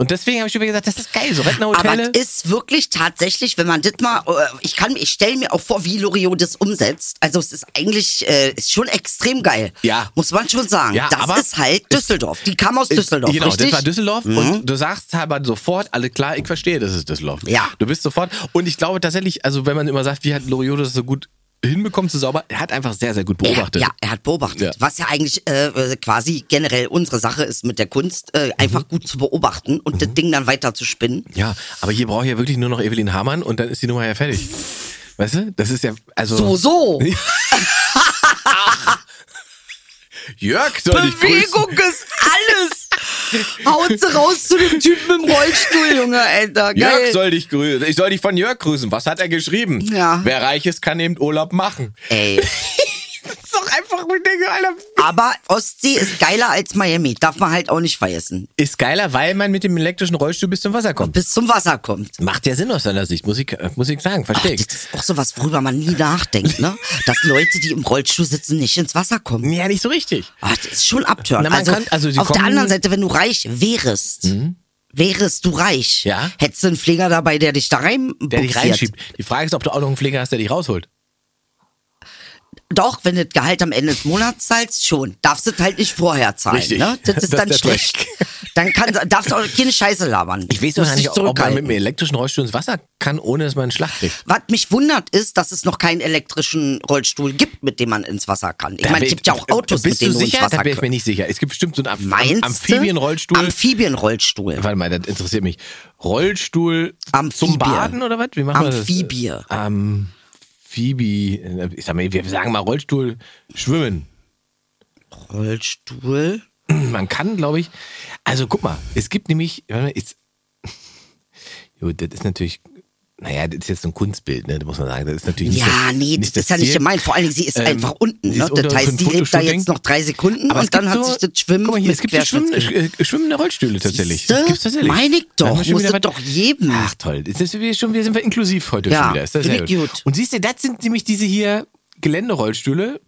[SPEAKER 3] Und deswegen habe ich schon wieder gesagt, das ist geil, so
[SPEAKER 4] Aber
[SPEAKER 3] Rentnerhotelle.
[SPEAKER 4] es ist wirklich tatsächlich, wenn man das mal, äh, ich kann, ich stelle mir auch vor, wie Lorio das umsetzt. Also es ist eigentlich, äh, ist schon extrem geil.
[SPEAKER 3] Ja.
[SPEAKER 4] Muss man schon sagen.
[SPEAKER 3] Ja,
[SPEAKER 4] das
[SPEAKER 3] aber-
[SPEAKER 4] ist halt Düsseldorf. Die kam aus Düsseldorf,
[SPEAKER 3] Genau,
[SPEAKER 4] richtig? Mhm.
[SPEAKER 3] das war Düsseldorf und du sagst aber sofort, alle klar, ich verstehe, das ist Düsseldorf.
[SPEAKER 4] Ja.
[SPEAKER 3] Du bist sofort und ich glaube tatsächlich, also wenn man immer sagt, wie hat Loriot das so gut hinbekommen, so sauber, er hat einfach sehr, sehr gut beobachtet.
[SPEAKER 4] Er, ja, er hat beobachtet.
[SPEAKER 3] Ja.
[SPEAKER 4] Was ja eigentlich äh, quasi generell unsere Sache ist mit der Kunst,
[SPEAKER 3] Mhm.
[SPEAKER 4] äh, einfach gut zu beobachten und das Ding dann weiter zu spinnen.
[SPEAKER 3] Ja, aber hier brauche ich ja wirklich nur noch Evelyn Hamann und dann ist die Nummer ja fertig. Weißt du, das ist ja, also...
[SPEAKER 4] So, so.
[SPEAKER 3] Jörg soll dich grüßen.
[SPEAKER 4] Bewegung ist alles. Haut sie raus zu dem Typen im Rollstuhl, Junge, Alter. Geil.
[SPEAKER 3] Jörg soll dich grüßen. Ich soll dich von Jörg grüßen. Was hat er geschrieben?
[SPEAKER 4] Ja.
[SPEAKER 3] Wer reich ist, kann eben Urlaub machen.
[SPEAKER 4] Ey.
[SPEAKER 3] Das ist doch einfach, wo ich denke, Alter,
[SPEAKER 4] Aber Ostsee ist geiler als Miami. Darf man halt auch nicht vergessen.
[SPEAKER 3] ist geiler, weil man mit dem elektrischen Rollstuhl bis zum Wasser kommt.
[SPEAKER 4] Bis zum Wasser kommt.
[SPEAKER 3] Macht ja Sinn aus seiner Sicht, muss ich, äh, muss ich sagen, verstehe ich.
[SPEAKER 4] Das ist auch sowas, worüber man nie nachdenkt, ne? Dass Leute, die im Rollstuhl sitzen, nicht ins Wasser kommen.
[SPEAKER 3] Ja, nicht so richtig.
[SPEAKER 4] Ah, das ist schon abtören.
[SPEAKER 3] Na, man
[SPEAKER 4] Also,
[SPEAKER 3] kann- also sie
[SPEAKER 4] auf der
[SPEAKER 3] kommen- Mhm.
[SPEAKER 4] anderen Seite, wenn du reich wärest, wärest du reich,
[SPEAKER 3] Ja.
[SPEAKER 4] hättest du einen Pfleger dabei, der dich da rein
[SPEAKER 3] Der dich
[SPEAKER 4] buxiert.
[SPEAKER 3] reinschiebt. Die Frage ist, ob du auch noch einen Pfleger hast, der dich rausholt.
[SPEAKER 4] Doch, wenn du das Gehalt am Ende des Monats zahlst, schon. Darfst du es halt nicht vorher zahlen,
[SPEAKER 3] Richtig.
[SPEAKER 4] ne? Das
[SPEAKER 3] Das
[SPEAKER 4] ist
[SPEAKER 3] ist
[SPEAKER 4] dann
[SPEAKER 3] der
[SPEAKER 4] schlecht. Dann kann, darfst du auch keine Scheiße labern. Musst dich
[SPEAKER 3] ob man mit
[SPEAKER 4] zurückhalten.
[SPEAKER 3] dem elektrischen Rollstuhl ins Wasser kann, ohne dass man einen Schlag kriegt.
[SPEAKER 4] Was mich wundert, ist, dass es noch keinen elektrischen Rollstuhl gibt, mit dem man ins Wasser kann. Ich meine, es gibt ja auch Autos,
[SPEAKER 3] Äh, Bist
[SPEAKER 4] mit denen
[SPEAKER 3] du
[SPEAKER 4] du ins
[SPEAKER 3] sicher?
[SPEAKER 4] Wasser
[SPEAKER 3] da bin ich mir
[SPEAKER 4] kannst.
[SPEAKER 3] nicht sicher. Es gibt bestimmt so einen Amph
[SPEAKER 4] Meinst
[SPEAKER 3] Amphibienrollstuhl.
[SPEAKER 4] du? Amphibienrollstuhl.
[SPEAKER 3] Warte mal, das interessiert mich. Rollstuhl
[SPEAKER 4] Amphibie.
[SPEAKER 3] zum Baden oder was? Wie machen
[SPEAKER 4] Amphibie.
[SPEAKER 3] wir das? Amphibie. Amphibie. Ich sag mal, wir sagen mal Rollstuhl schwimmen.
[SPEAKER 4] Rollstuhl?
[SPEAKER 3] man kann, glaube ich, also guck mal, es gibt nämlich, warte mal, ist, jo, das ist natürlich, naja, das ist jetzt so ein Kunstbild, ne, das muss man sagen, das ist natürlich nicht
[SPEAKER 4] Ja,
[SPEAKER 3] das,
[SPEAKER 4] nee, das
[SPEAKER 3] nicht
[SPEAKER 4] ist ja nicht
[SPEAKER 3] Ziel.
[SPEAKER 4] gemeint. Vor allen Dingen, sie ist
[SPEAKER 3] Ähm,
[SPEAKER 4] einfach unten.
[SPEAKER 3] sie
[SPEAKER 4] Ne?
[SPEAKER 3] ist unter
[SPEAKER 4] Das
[SPEAKER 3] für ein
[SPEAKER 4] heißt, sie lebt da
[SPEAKER 3] Fotoshooting.
[SPEAKER 4] jetzt noch drei Sekunden
[SPEAKER 3] Aber es
[SPEAKER 4] und dann
[SPEAKER 3] gibt
[SPEAKER 4] hat
[SPEAKER 3] so-
[SPEAKER 4] sich das Schwimmen
[SPEAKER 3] guck mal hier, es
[SPEAKER 4] mit
[SPEAKER 3] gibt so schwimmende,
[SPEAKER 4] Querschnittsgelenk-
[SPEAKER 3] äh, schwimmende Rollstühle tatsächlich.
[SPEAKER 4] Siehste?
[SPEAKER 3] Das Gibt's tatsächlich.
[SPEAKER 4] Meine ich
[SPEAKER 3] Da
[SPEAKER 4] doch,
[SPEAKER 3] haben wir schon
[SPEAKER 4] muss
[SPEAKER 3] wieder
[SPEAKER 4] es
[SPEAKER 3] was-
[SPEAKER 4] doch jedem.
[SPEAKER 3] Ach toll, das ist wir schon, wir sind wir inklusiv heute
[SPEAKER 4] Ja,
[SPEAKER 3] schon wieder. Ist das
[SPEAKER 4] find
[SPEAKER 3] sehr
[SPEAKER 4] ich
[SPEAKER 3] gut.
[SPEAKER 4] gut.
[SPEAKER 3] Und siehst du, das sind nämlich diese hier Geländerollstühle,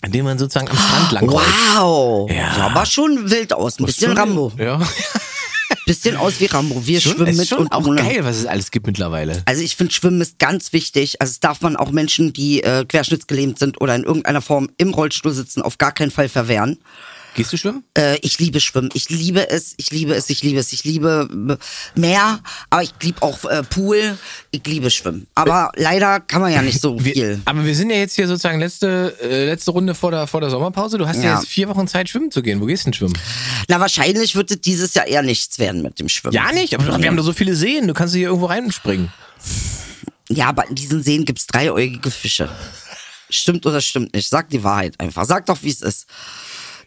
[SPEAKER 3] an denen man sozusagen am
[SPEAKER 4] Ah,
[SPEAKER 3] Strand lang rollt.
[SPEAKER 4] Wow.
[SPEAKER 3] Ja.
[SPEAKER 4] Sah aber schon wild aus. Ein bisschen Rambo.
[SPEAKER 3] Ja,
[SPEAKER 4] Bisschen aus wie Rambo. Wir
[SPEAKER 3] schon,
[SPEAKER 4] schwimmen
[SPEAKER 3] ist
[SPEAKER 4] mit
[SPEAKER 3] schon
[SPEAKER 4] und
[SPEAKER 3] auch
[SPEAKER 4] ohne.
[SPEAKER 3] geil, was es alles gibt mittlerweile.
[SPEAKER 4] Also ich finde, Schwimmen ist ganz wichtig. Also das darf man auch Menschen, die äh, querschnittsgelähmt sind oder in irgendeiner Form im Rollstuhl sitzen, auf gar keinen Fall verwehren.
[SPEAKER 3] Gehst du schwimmen?
[SPEAKER 4] Äh, ich liebe Schwimmen. Ich liebe es, ich liebe es, ich liebe es. Ich liebe äh,
[SPEAKER 5] Ah,
[SPEAKER 4] Meer, aber ich liebe auch äh, Pool. Ich liebe Schwimmen. Aber leider kann man ja nicht so
[SPEAKER 3] Wir,
[SPEAKER 4] viel.
[SPEAKER 3] aber wir sind ja jetzt hier sozusagen letzte, äh, letzte Runde vor der, vor der Sommerpause. Du hast ja.
[SPEAKER 4] Ja.
[SPEAKER 3] jetzt vier Wochen Zeit, schwimmen zu gehen. Wo gehst du denn schwimmen?
[SPEAKER 4] Na, wahrscheinlich wird es dieses Jahr eher nichts werden mit dem Schwimmen.
[SPEAKER 3] Ja, nicht. Aber wir haben da so viele Seen. Du kannst hier irgendwo reinspringen.
[SPEAKER 4] Ja, aber in diesen Seen gibt's dreiäugige Fische. Stimmt oder stimmt nicht? Sag die Wahrheit einfach. Sag doch, wie es ist.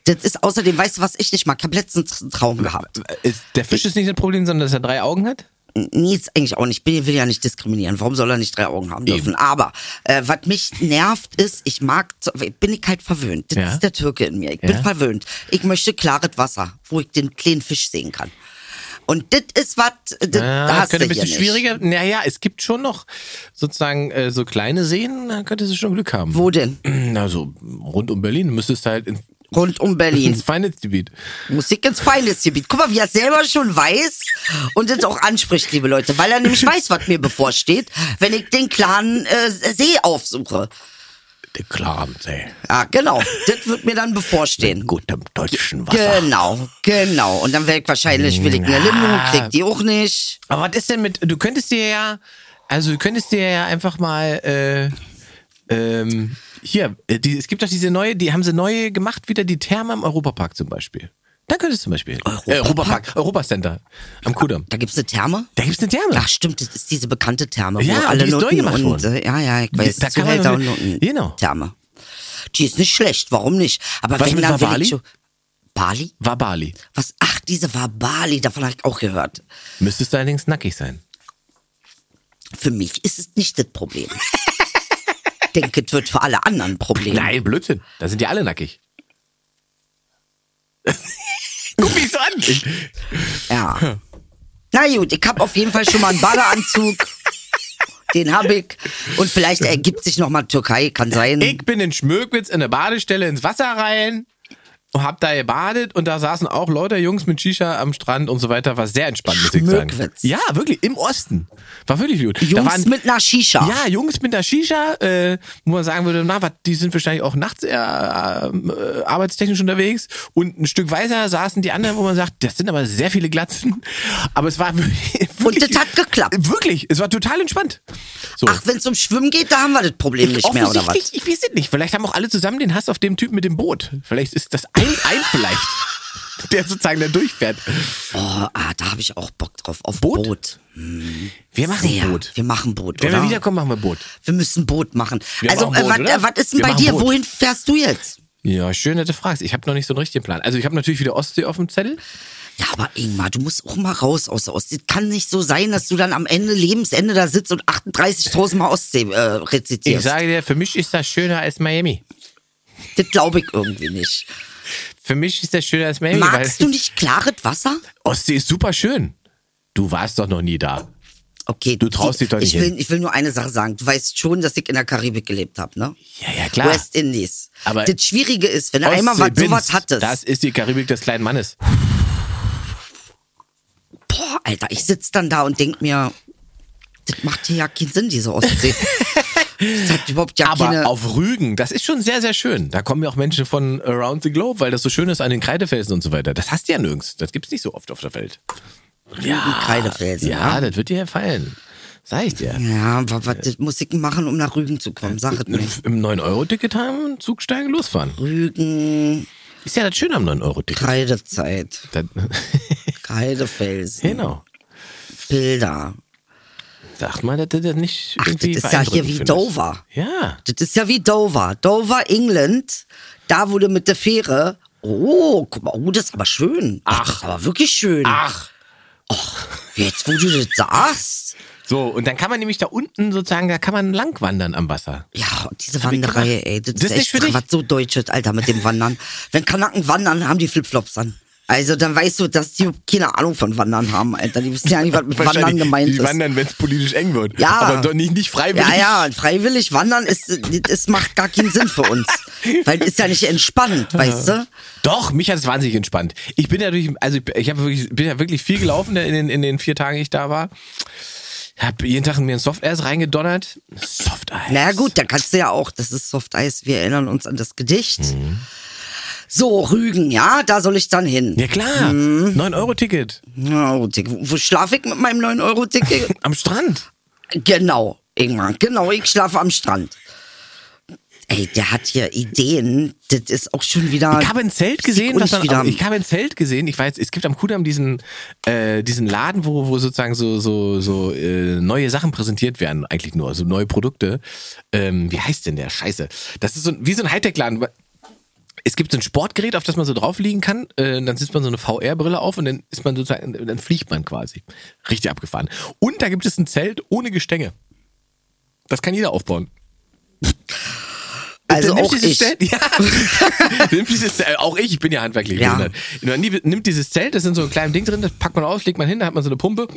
[SPEAKER 4] Das ist außerdem, weißt du, was ich nicht mag? Ich habe letztens einen Traum gehabt.
[SPEAKER 3] Ist, der Fisch ist nicht das Problem, sondern dass er drei Augen hat?
[SPEAKER 4] Nee, ist eigentlich auch nicht. Ich bin- will ja nicht diskriminieren. Warum soll er nicht drei Augen haben dürfen? Aber äh, was mich nervt ist, ich mag, zu- bin ich halt verwöhnt. Das
[SPEAKER 3] Ja.
[SPEAKER 4] ist der Türke in mir. Ich bin
[SPEAKER 3] Ja.
[SPEAKER 4] verwöhnt. Ich möchte klares Wasser, wo ich den kleinen Fisch sehen kann. Und das ist was, das
[SPEAKER 3] Ja,
[SPEAKER 4] da
[SPEAKER 3] das
[SPEAKER 4] hast du
[SPEAKER 3] Ah, könnte ein
[SPEAKER 4] hier
[SPEAKER 3] bisschen
[SPEAKER 4] nicht.
[SPEAKER 3] schwieriger. Naja, es gibt schon noch sozusagen äh, so kleine Seen. Da könntest du schon Glück haben.
[SPEAKER 4] Wo denn?
[SPEAKER 3] Na, so rund um Berlin. Du müsstest halt ins,
[SPEAKER 4] Rund um Berlin.
[SPEAKER 3] ins Feindesgebiet.
[SPEAKER 4] Musik ins Feindesgebiet. Guck mal, wie er es selber schon weiß und es auch anspricht, liebe Leute, weil er nämlich weiß, was mir bevorsteht, wenn ich den klaren äh, See aufsuche.
[SPEAKER 3] Der Klamsee.
[SPEAKER 4] Ja, genau. Das wird mir dann bevorstehen.
[SPEAKER 3] Gutem deutschen Wasser.
[SPEAKER 4] Genau, genau. Und dann werde ich wahrscheinlich, will ich eine Limo, krieg die auch nicht.
[SPEAKER 3] Aber was ist denn mit, du könntest dir ja, also du könntest dir ja einfach mal, äh, ähm, Hier, äh, die, es gibt doch diese neue, die haben sie neue gemacht, wieder die Therme im Europapark zum Beispiel. Da könntest du zum Beispiel. Äh,
[SPEAKER 4] Europapark?
[SPEAKER 3] Europapark, Europacenter am Kudamm.
[SPEAKER 4] Da gibt's eine Therme?
[SPEAKER 3] Da gibt's eine Therme.
[SPEAKER 4] Ach stimmt, das ist diese bekannte Therme,
[SPEAKER 3] Ja,
[SPEAKER 4] wo alle
[SPEAKER 3] die ist neu
[SPEAKER 4] Nutten
[SPEAKER 3] gemacht
[SPEAKER 4] und
[SPEAKER 3] worden.
[SPEAKER 4] äh, ja, ja, ich weiß,
[SPEAKER 3] Da kann man
[SPEAKER 4] Zuhälter und
[SPEAKER 3] mit-
[SPEAKER 4] Nutten.
[SPEAKER 3] Genau.
[SPEAKER 4] Therme. Die ist nicht schlecht, warum nicht? Aber
[SPEAKER 3] Was
[SPEAKER 4] wenn
[SPEAKER 3] mit
[SPEAKER 4] dann will
[SPEAKER 3] Wabali?
[SPEAKER 4] ich schon- Bali?
[SPEAKER 3] War Bali.
[SPEAKER 4] Was? Ach, diese war Bali, davon habe ich auch gehört.
[SPEAKER 3] Müsstest du allerdings nackig sein.
[SPEAKER 4] Für mich ist es nicht das Problem. Ich denke, es wird für alle anderen ein Problem.
[SPEAKER 3] Nein, Blödsinn. Da sind die alle nackig. Guck mich so an. Ich,
[SPEAKER 4] Ja. Na gut, ich habe auf jeden Fall schon mal einen Badeanzug. Den habe ich. Und vielleicht ergibt sich nochmal Türkei, kann sein.
[SPEAKER 3] ich bin in Schmögwitz in der Badestelle ins Wasser rein und hab da gebadet und da saßen auch Leute, Jungs mit Shisha am Strand und so weiter. War sehr entspannt, muss ich sagen.
[SPEAKER 4] Schmöckwitz.
[SPEAKER 3] Ja, wirklich, im Osten. War wirklich gut. da
[SPEAKER 4] Jungs
[SPEAKER 3] waren,
[SPEAKER 4] mit einer Shisha.
[SPEAKER 3] Ja, Jungs mit der Shisha, äh, wo man sagen würde, na, wat, die sind wahrscheinlich auch nachts eher ähm, äh, arbeitstechnisch unterwegs. Und ein Stück weiter saßen die anderen, wo man sagt, das sind aber sehr viele Glatzen. Aber es war wirklich.
[SPEAKER 4] Und das hat geklappt.
[SPEAKER 3] Wirklich, es war total entspannt. So.
[SPEAKER 4] Ach, wenn es um Schwimmen geht, da haben wir das Problem nicht mehr, oder
[SPEAKER 3] Offensichtlich,
[SPEAKER 4] was?
[SPEAKER 3] Ich weiß es nicht. Vielleicht haben auch alle zusammen den Hass auf dem Typen mit dem Boot. Vielleicht ist das ein, ein vielleicht, der sozusagen da durchfährt.
[SPEAKER 4] Oh, ah, da habe ich auch Bock drauf. Auf
[SPEAKER 3] Boot?
[SPEAKER 4] Boot?
[SPEAKER 3] Wir machen
[SPEAKER 4] Sehr.
[SPEAKER 3] Boot.
[SPEAKER 4] Wir machen Boot,
[SPEAKER 3] Wenn
[SPEAKER 4] oder?
[SPEAKER 3] wir wiederkommen, machen wir Boot.
[SPEAKER 4] wir müssen Boot machen.
[SPEAKER 3] Wir
[SPEAKER 4] also,
[SPEAKER 3] machen Boot,
[SPEAKER 4] äh, was,
[SPEAKER 3] oder?
[SPEAKER 4] äh, was ist denn
[SPEAKER 3] Wir
[SPEAKER 4] bei
[SPEAKER 3] machen
[SPEAKER 4] dir?
[SPEAKER 3] Boot.
[SPEAKER 4] Wohin fährst du jetzt?
[SPEAKER 3] Ja, schön, dass du fragst. Ich habe noch nicht so einen richtigen Plan. Also ich habe natürlich wieder Ostsee auf dem Zettel.
[SPEAKER 4] Ja, aber Ingmar, du musst auch mal raus aus der Ostsee. Kann nicht so sein, dass du dann am Ende, Lebensende da sitzt und 38.000 Mal Ostsee äh,
[SPEAKER 3] Ich
[SPEAKER 4] rezitierst.
[SPEAKER 3] sage dir, für mich ist das schöner als Miami.
[SPEAKER 4] das glaube ich irgendwie nicht.
[SPEAKER 3] Für mich ist das schöner als Miami,
[SPEAKER 4] Magst
[SPEAKER 3] weil
[SPEAKER 4] du nicht klares Wasser?
[SPEAKER 3] Ostsee ist super schön. Du warst doch noch nie da.
[SPEAKER 4] Okay.
[SPEAKER 3] Du traust dich doch nicht
[SPEAKER 4] ich will,
[SPEAKER 3] hin.
[SPEAKER 4] ich will nur eine Sache sagen. Du weißt schon, dass ich in der Karibik gelebt habe, ne?
[SPEAKER 3] Ja, ja, klar.
[SPEAKER 4] West Indies.
[SPEAKER 3] Aber-
[SPEAKER 4] das Schwierige ist, wenn du einmal was,
[SPEAKER 3] Ostsee,
[SPEAKER 4] sowas
[SPEAKER 3] Binz,
[SPEAKER 4] hattest.
[SPEAKER 3] Das ist die Karibik des kleinen Mannes.
[SPEAKER 4] boah, Alter, ich sitz dann da und denk mir, das macht hier ja keinen Sinn, diese Ostsee. das hat überhaupt ja
[SPEAKER 3] Aber
[SPEAKER 4] keine.
[SPEAKER 3] auf Rügen, das ist schon sehr, sehr schön. Da kommen ja auch Menschen von around the globe, weil das so schön ist an den Kreidefelsen und so weiter. Das hast du ja nirgends. Das gibt's nicht so oft auf der Welt. Ja,
[SPEAKER 4] Kreidefelsen,
[SPEAKER 3] Ja,
[SPEAKER 4] ja.
[SPEAKER 3] das wird dir gefallen. Sag ich dir.
[SPEAKER 4] ja, aber was das muss ich machen, um nach Rügen zu kommen? Sag es mir.
[SPEAKER 3] Im 9-Euro-Ticket haben, Zug steigen, losfahren.
[SPEAKER 4] Rügen,
[SPEAKER 3] Ist ja das Schöne am 9-Euro-Ticket.
[SPEAKER 4] Kreidezeit,
[SPEAKER 3] Das-
[SPEAKER 4] Kreidefelsen,
[SPEAKER 3] genau.
[SPEAKER 4] Bilder.
[SPEAKER 3] Sagt mal, dass du das nicht
[SPEAKER 4] Ach, das
[SPEAKER 3] irgendwie
[SPEAKER 4] ist ja hier wie
[SPEAKER 3] beeindruckend findest.
[SPEAKER 4] Dover.
[SPEAKER 3] Ja.
[SPEAKER 4] Das ist ja wie Dover. Dover, England. Da wurde mit der Fähre. Oh, guck mal, oh, das ist aber schön. Ach, das ist aber wirklich schön.
[SPEAKER 3] Ach.
[SPEAKER 4] Jetzt, wo du das sagst.
[SPEAKER 3] So, und dann kann man nämlich da unten sozusagen, da kann man lang wandern am Wasser.
[SPEAKER 4] Ja, und diese
[SPEAKER 3] ich
[SPEAKER 4] Wanderei,
[SPEAKER 3] gemacht.
[SPEAKER 4] ey. Das,
[SPEAKER 3] Das
[SPEAKER 4] ist
[SPEAKER 3] ist
[SPEAKER 4] echt
[SPEAKER 3] nicht für dich?
[SPEAKER 4] was so Deutsches, Alter, mit dem Wandern. Wenn Kanaken wandern, haben die Flipflops an. Also, dann weißt du, dass die keine Ahnung von Wandern haben, Alter. Die wissen ja nicht, was mit Wandern gemeint ist.
[SPEAKER 3] wenn es politisch eng wird.
[SPEAKER 4] Ja.
[SPEAKER 3] nicht, nicht
[SPEAKER 4] Ja, ja, und freiwillig wandern ist, das macht gar keinen Sinn für uns. Weil das ist ja nicht entspannt, weißt du?
[SPEAKER 3] Doch, mich hat es wahnsinnig entspannt. Ich bin ja durch, also ich, ich hab wirklich, bin ja wirklich viel gelaufen in den, in den vier Tagen, die ich da war. Hab jeden Tag mir ein Soft Eis reingedonnert. Soft Eis.
[SPEAKER 4] Na gut, dann kannst du ja auch, das ist Soft Eis, wir erinnern uns an das Gedicht. So, Rügen, ja, da soll ich dann hin.
[SPEAKER 3] Ja klar,
[SPEAKER 4] Mhm.
[SPEAKER 3] 9-Euro-Ticket
[SPEAKER 4] Ja. gut, ich- wo schlafe ich mit meinem 9-Euro-Ticket?
[SPEAKER 3] am Strand.
[SPEAKER 4] genau, irgendwann, genau, ich schlafe am Strand. Ey, der hat hier Ideen, das ist auch schon wieder...
[SPEAKER 3] Ich habe ein Zelt gesehen,
[SPEAKER 4] Und
[SPEAKER 3] was man,
[SPEAKER 4] wieder am-
[SPEAKER 3] ich habe ein Zelt gesehen. Ich weiß, es gibt am Kudamm diesen, äh, diesen Laden, wo, wo sozusagen so, so, so äh, neue Sachen präsentiert werden, eigentlich nur, also neue Produkte. Ähm, wie heißt denn der Scheiße? Das ist so, ein- wie so ein Hightech-Laden. Es gibt so ein Sportgerät, auf das man so drauf liegen kann. Äh, und dann sitzt man so eine VR-Brille auf und dann ist man sozusagen, dann fliegt man quasi. Richtig abgefahren. Und da gibt es ein Zelt ohne Gestänge. Das kann jeder aufbauen.
[SPEAKER 4] also
[SPEAKER 3] Dann nimmt
[SPEAKER 4] auch
[SPEAKER 3] dieses
[SPEAKER 4] ich.
[SPEAKER 3] Zelt, ja. nimmt dieses Zelt, auch ich, ich bin ja handwerklich
[SPEAKER 4] Ja.
[SPEAKER 3] behindert. Man nimmt- nimmt dieses Zelt, das sind so ein kleines Ding drin, das packt man aus, legt man hin, da hat man so eine Pumpe.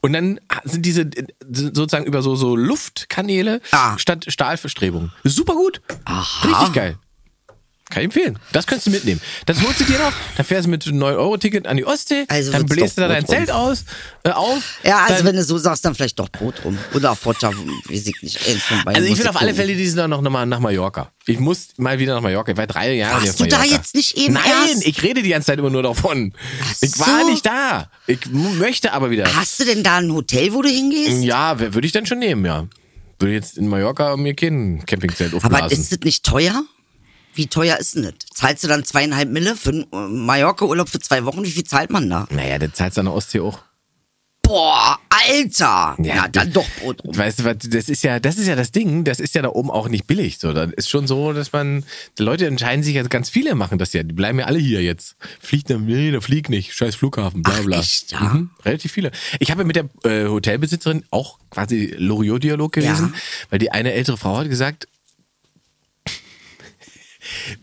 [SPEAKER 3] Und dann sind diese äh, sozusagen über so, so Luftkanäle
[SPEAKER 4] Ah.
[SPEAKER 3] statt Stahlverstrebungen. Super gut.
[SPEAKER 4] Aha.
[SPEAKER 3] Richtig geil. Kann ich empfehlen. Das könntest du mitnehmen. Das holst du dir noch, dann fährst du mit 9-Euro-Ticket an die Ostsee,
[SPEAKER 4] Also
[SPEAKER 3] dann
[SPEAKER 4] wird's
[SPEAKER 3] bläst du
[SPEAKER 4] doch
[SPEAKER 3] da dein
[SPEAKER 4] gut rum.
[SPEAKER 3] Zelt aus, äh, auf.
[SPEAKER 4] Ja, also
[SPEAKER 3] dann,
[SPEAKER 4] wenn du so sagst, dann vielleicht doch Brot rum. Oder Foccia, weiß ich nicht. eins von beiden
[SPEAKER 3] also ich
[SPEAKER 4] muss
[SPEAKER 3] will auf alle
[SPEAKER 4] gucken.
[SPEAKER 3] Fälle diesen Jahr noch, noch mal nach Mallorca. Ich muss mal wieder nach Mallorca. Ich war drei Jahre
[SPEAKER 4] Warst
[SPEAKER 3] nicht auf
[SPEAKER 4] du da
[SPEAKER 3] Mallorca.
[SPEAKER 4] jetzt nicht eben
[SPEAKER 3] Nein,
[SPEAKER 4] erst?
[SPEAKER 3] ich rede die ganze Zeit immer nur davon. Ich war
[SPEAKER 4] so.
[SPEAKER 3] nicht da. Ich m- möchte aber wieder. Hm,
[SPEAKER 4] Hast du denn da ein Hotel, wo du hingehst?
[SPEAKER 3] Ja, wer würde ich denn schon nehmen, ja. Würde jetzt in Mallorca mir kein Campingzelt aufblasen.
[SPEAKER 4] Aber ist das nicht teuer? Wie teuer ist denn das? Zahlst du dann zweieinhalb Mille für einen äh, Mallorca-Urlaub für zwei Wochen? Wie viel zahlt man da?
[SPEAKER 3] naja, das zahlst du an der Ostsee auch.
[SPEAKER 4] Boah, Alter! Ja, dann doch Brot rum.
[SPEAKER 3] Weißt du, was, das ist ja, das ist ja das Ding, das ist ja da oben auch nicht billig. So, das ist schon so, dass man, die Leute entscheiden sich ja, ganz viele machen das ja, die bleiben ja alle hier jetzt. Fliegt dann, nee, der fliegt nicht, scheiß Flughafen, bla
[SPEAKER 4] Ach,
[SPEAKER 3] bla.
[SPEAKER 4] echt, ja?
[SPEAKER 3] Mhm, relativ viele. Ich habe mit der äh, Hotelbesitzerin auch quasi Loriot-Dialog gelesen,
[SPEAKER 4] Ja.
[SPEAKER 3] weil die eine ältere Frau hat gesagt,